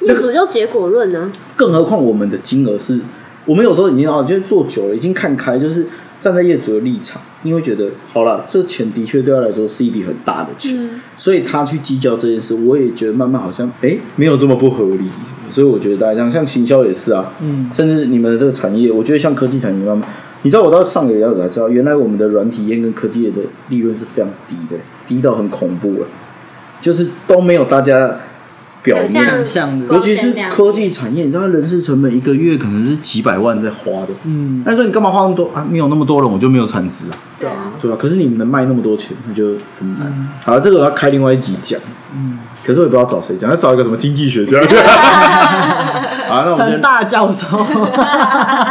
C: 嗯
F: 业主就结果论啊呢，
C: 更何况我们的金额是，我们有时候已经啊，就是做久了，已经看开，就是站在业主的立场，你会觉得，好了，这钱的确对他来说是一笔很大的钱，所以他去计较这件事，我也觉得慢慢好像，哎、没有这么不合理。所以我觉得大家这样，像行销也是啊，嗯，甚至你们的这个产业，我觉得像科技产业慢慢，你知道我到上个月才知道，原来我们的软体业跟科技业的利润是非常低的，低到很恐怖了，就是都没有大家表
F: 有
C: 面
F: 像
E: 想象的
C: 尤其是科技产业，你知道它人事成本一个月可能是几百万在花的。嗯，那你说你干嘛花那么多啊？没有那么多人，我就没有产值啊，
F: 对啊，
C: 对吧、可是你们能卖那么多钱，那就很难。好，这个我要开另外一集讲。嗯，可是我也不知道找谁讲，要找一个什么经济学 <laughs> 家。好，那我们
E: 陈大教
C: <laughs>
E: 授，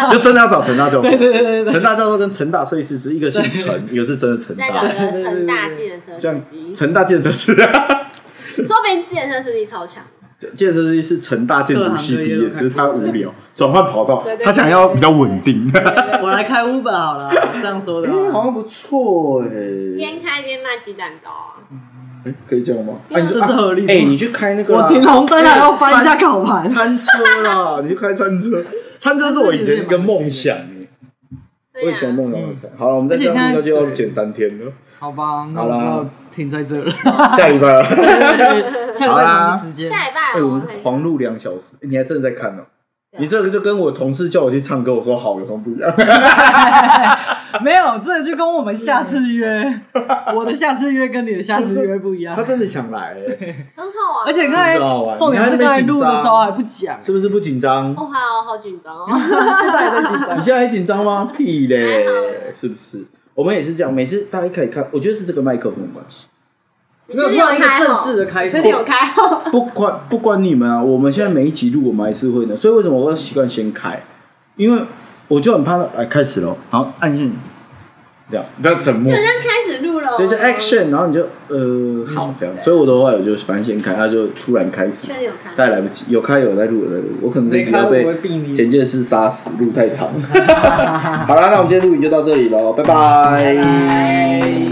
C: 就就真的要找陈大教授。对
E: 对对对
C: 陈大教授跟陈大设计师，只是一个姓陈，一个是真的陈
F: 在找
C: 大。
F: 一个成大建设
C: 这样
F: 司机，
C: 陈大建设师。
F: 说不定自健身实力超强，
C: <laughs> 建设师是成大建筑系毕业，只是他无聊，转换跑道
F: 对，对
D: 他想要比较稳定。
E: 我来开 Uber 好了，这样说的
C: 哎、好
E: 话。
C: 像不错哎、
F: 边开边卖鸡蛋糕啊。
C: 哎可以这样吗？
F: 对啊
C: 啊，你
E: 这是合理的
C: 哎、你去开那个啦，
E: 我停红灯还要翻一下烤盘，
C: 餐车
E: <laughs>
C: 啦，你去开餐车，餐车是我以前一个梦想欸。
F: 对
C: 我以
F: 啊
C: 前梦想要开，好了，我们再
E: 而
C: 这
E: 且
C: 样
E: 现在
C: 应该就要减三天了，
E: 好吧，那
C: 好
E: 我
C: 啦
E: 就停在这了。
C: 下礼拜了。
E: 下礼拜同一时间，
F: 下礼拜啊
C: 哎，我
F: 我
C: 们
F: 会
C: 狂录两小时，你还真的在看呢？哦
F: 哦对啊
C: 你这个就跟我同事叫我去唱歌，我说好，有什么不一样？ <laughs>
E: 没有，这就跟我们下次约，我的下次约跟你的下次约不一样
C: 嗯 <laughs> 他。真的想来欸，
F: 很好啊，
E: 而且刚才
C: 不知道啊
E: 重点是
C: 你
E: 刚
C: 还在那边
E: 才
C: 紧
E: 录
C: 张
E: 的时候还不讲，
C: 是不是不紧张？
F: 哦，好好紧张哦。
C: 你现在还紧张吗？屁嘞
F: 还好，
C: 是不是？我们也是这样，每次大家可以看，我觉得是这个麦克风的关系，
F: 你确定有
E: 一个
F: 开
E: 正
F: 哦？
E: 式的开
F: 你
E: 头
F: <laughs> 确，定有开哦？
C: 不关不关你们啊，我们现在每一集录我们还是会的，所以为什么我要习惯先开？因为我就很怕来开始喽，然后按下你这样，
D: 你知道沉默
F: 就这，样开始录了哦，
C: 所以就 action，然后你就呃好这样，所以我的话我就反正先开，他就突然开始
F: 嗯确，定有开。
C: 但来不及，有开有在录有在录，我可能这集要被
E: 没开我会毙你
C: 简介是杀死， <laughs> 录太长。好啦，那我们今天录影就到这里喽，拜拜
E: 拜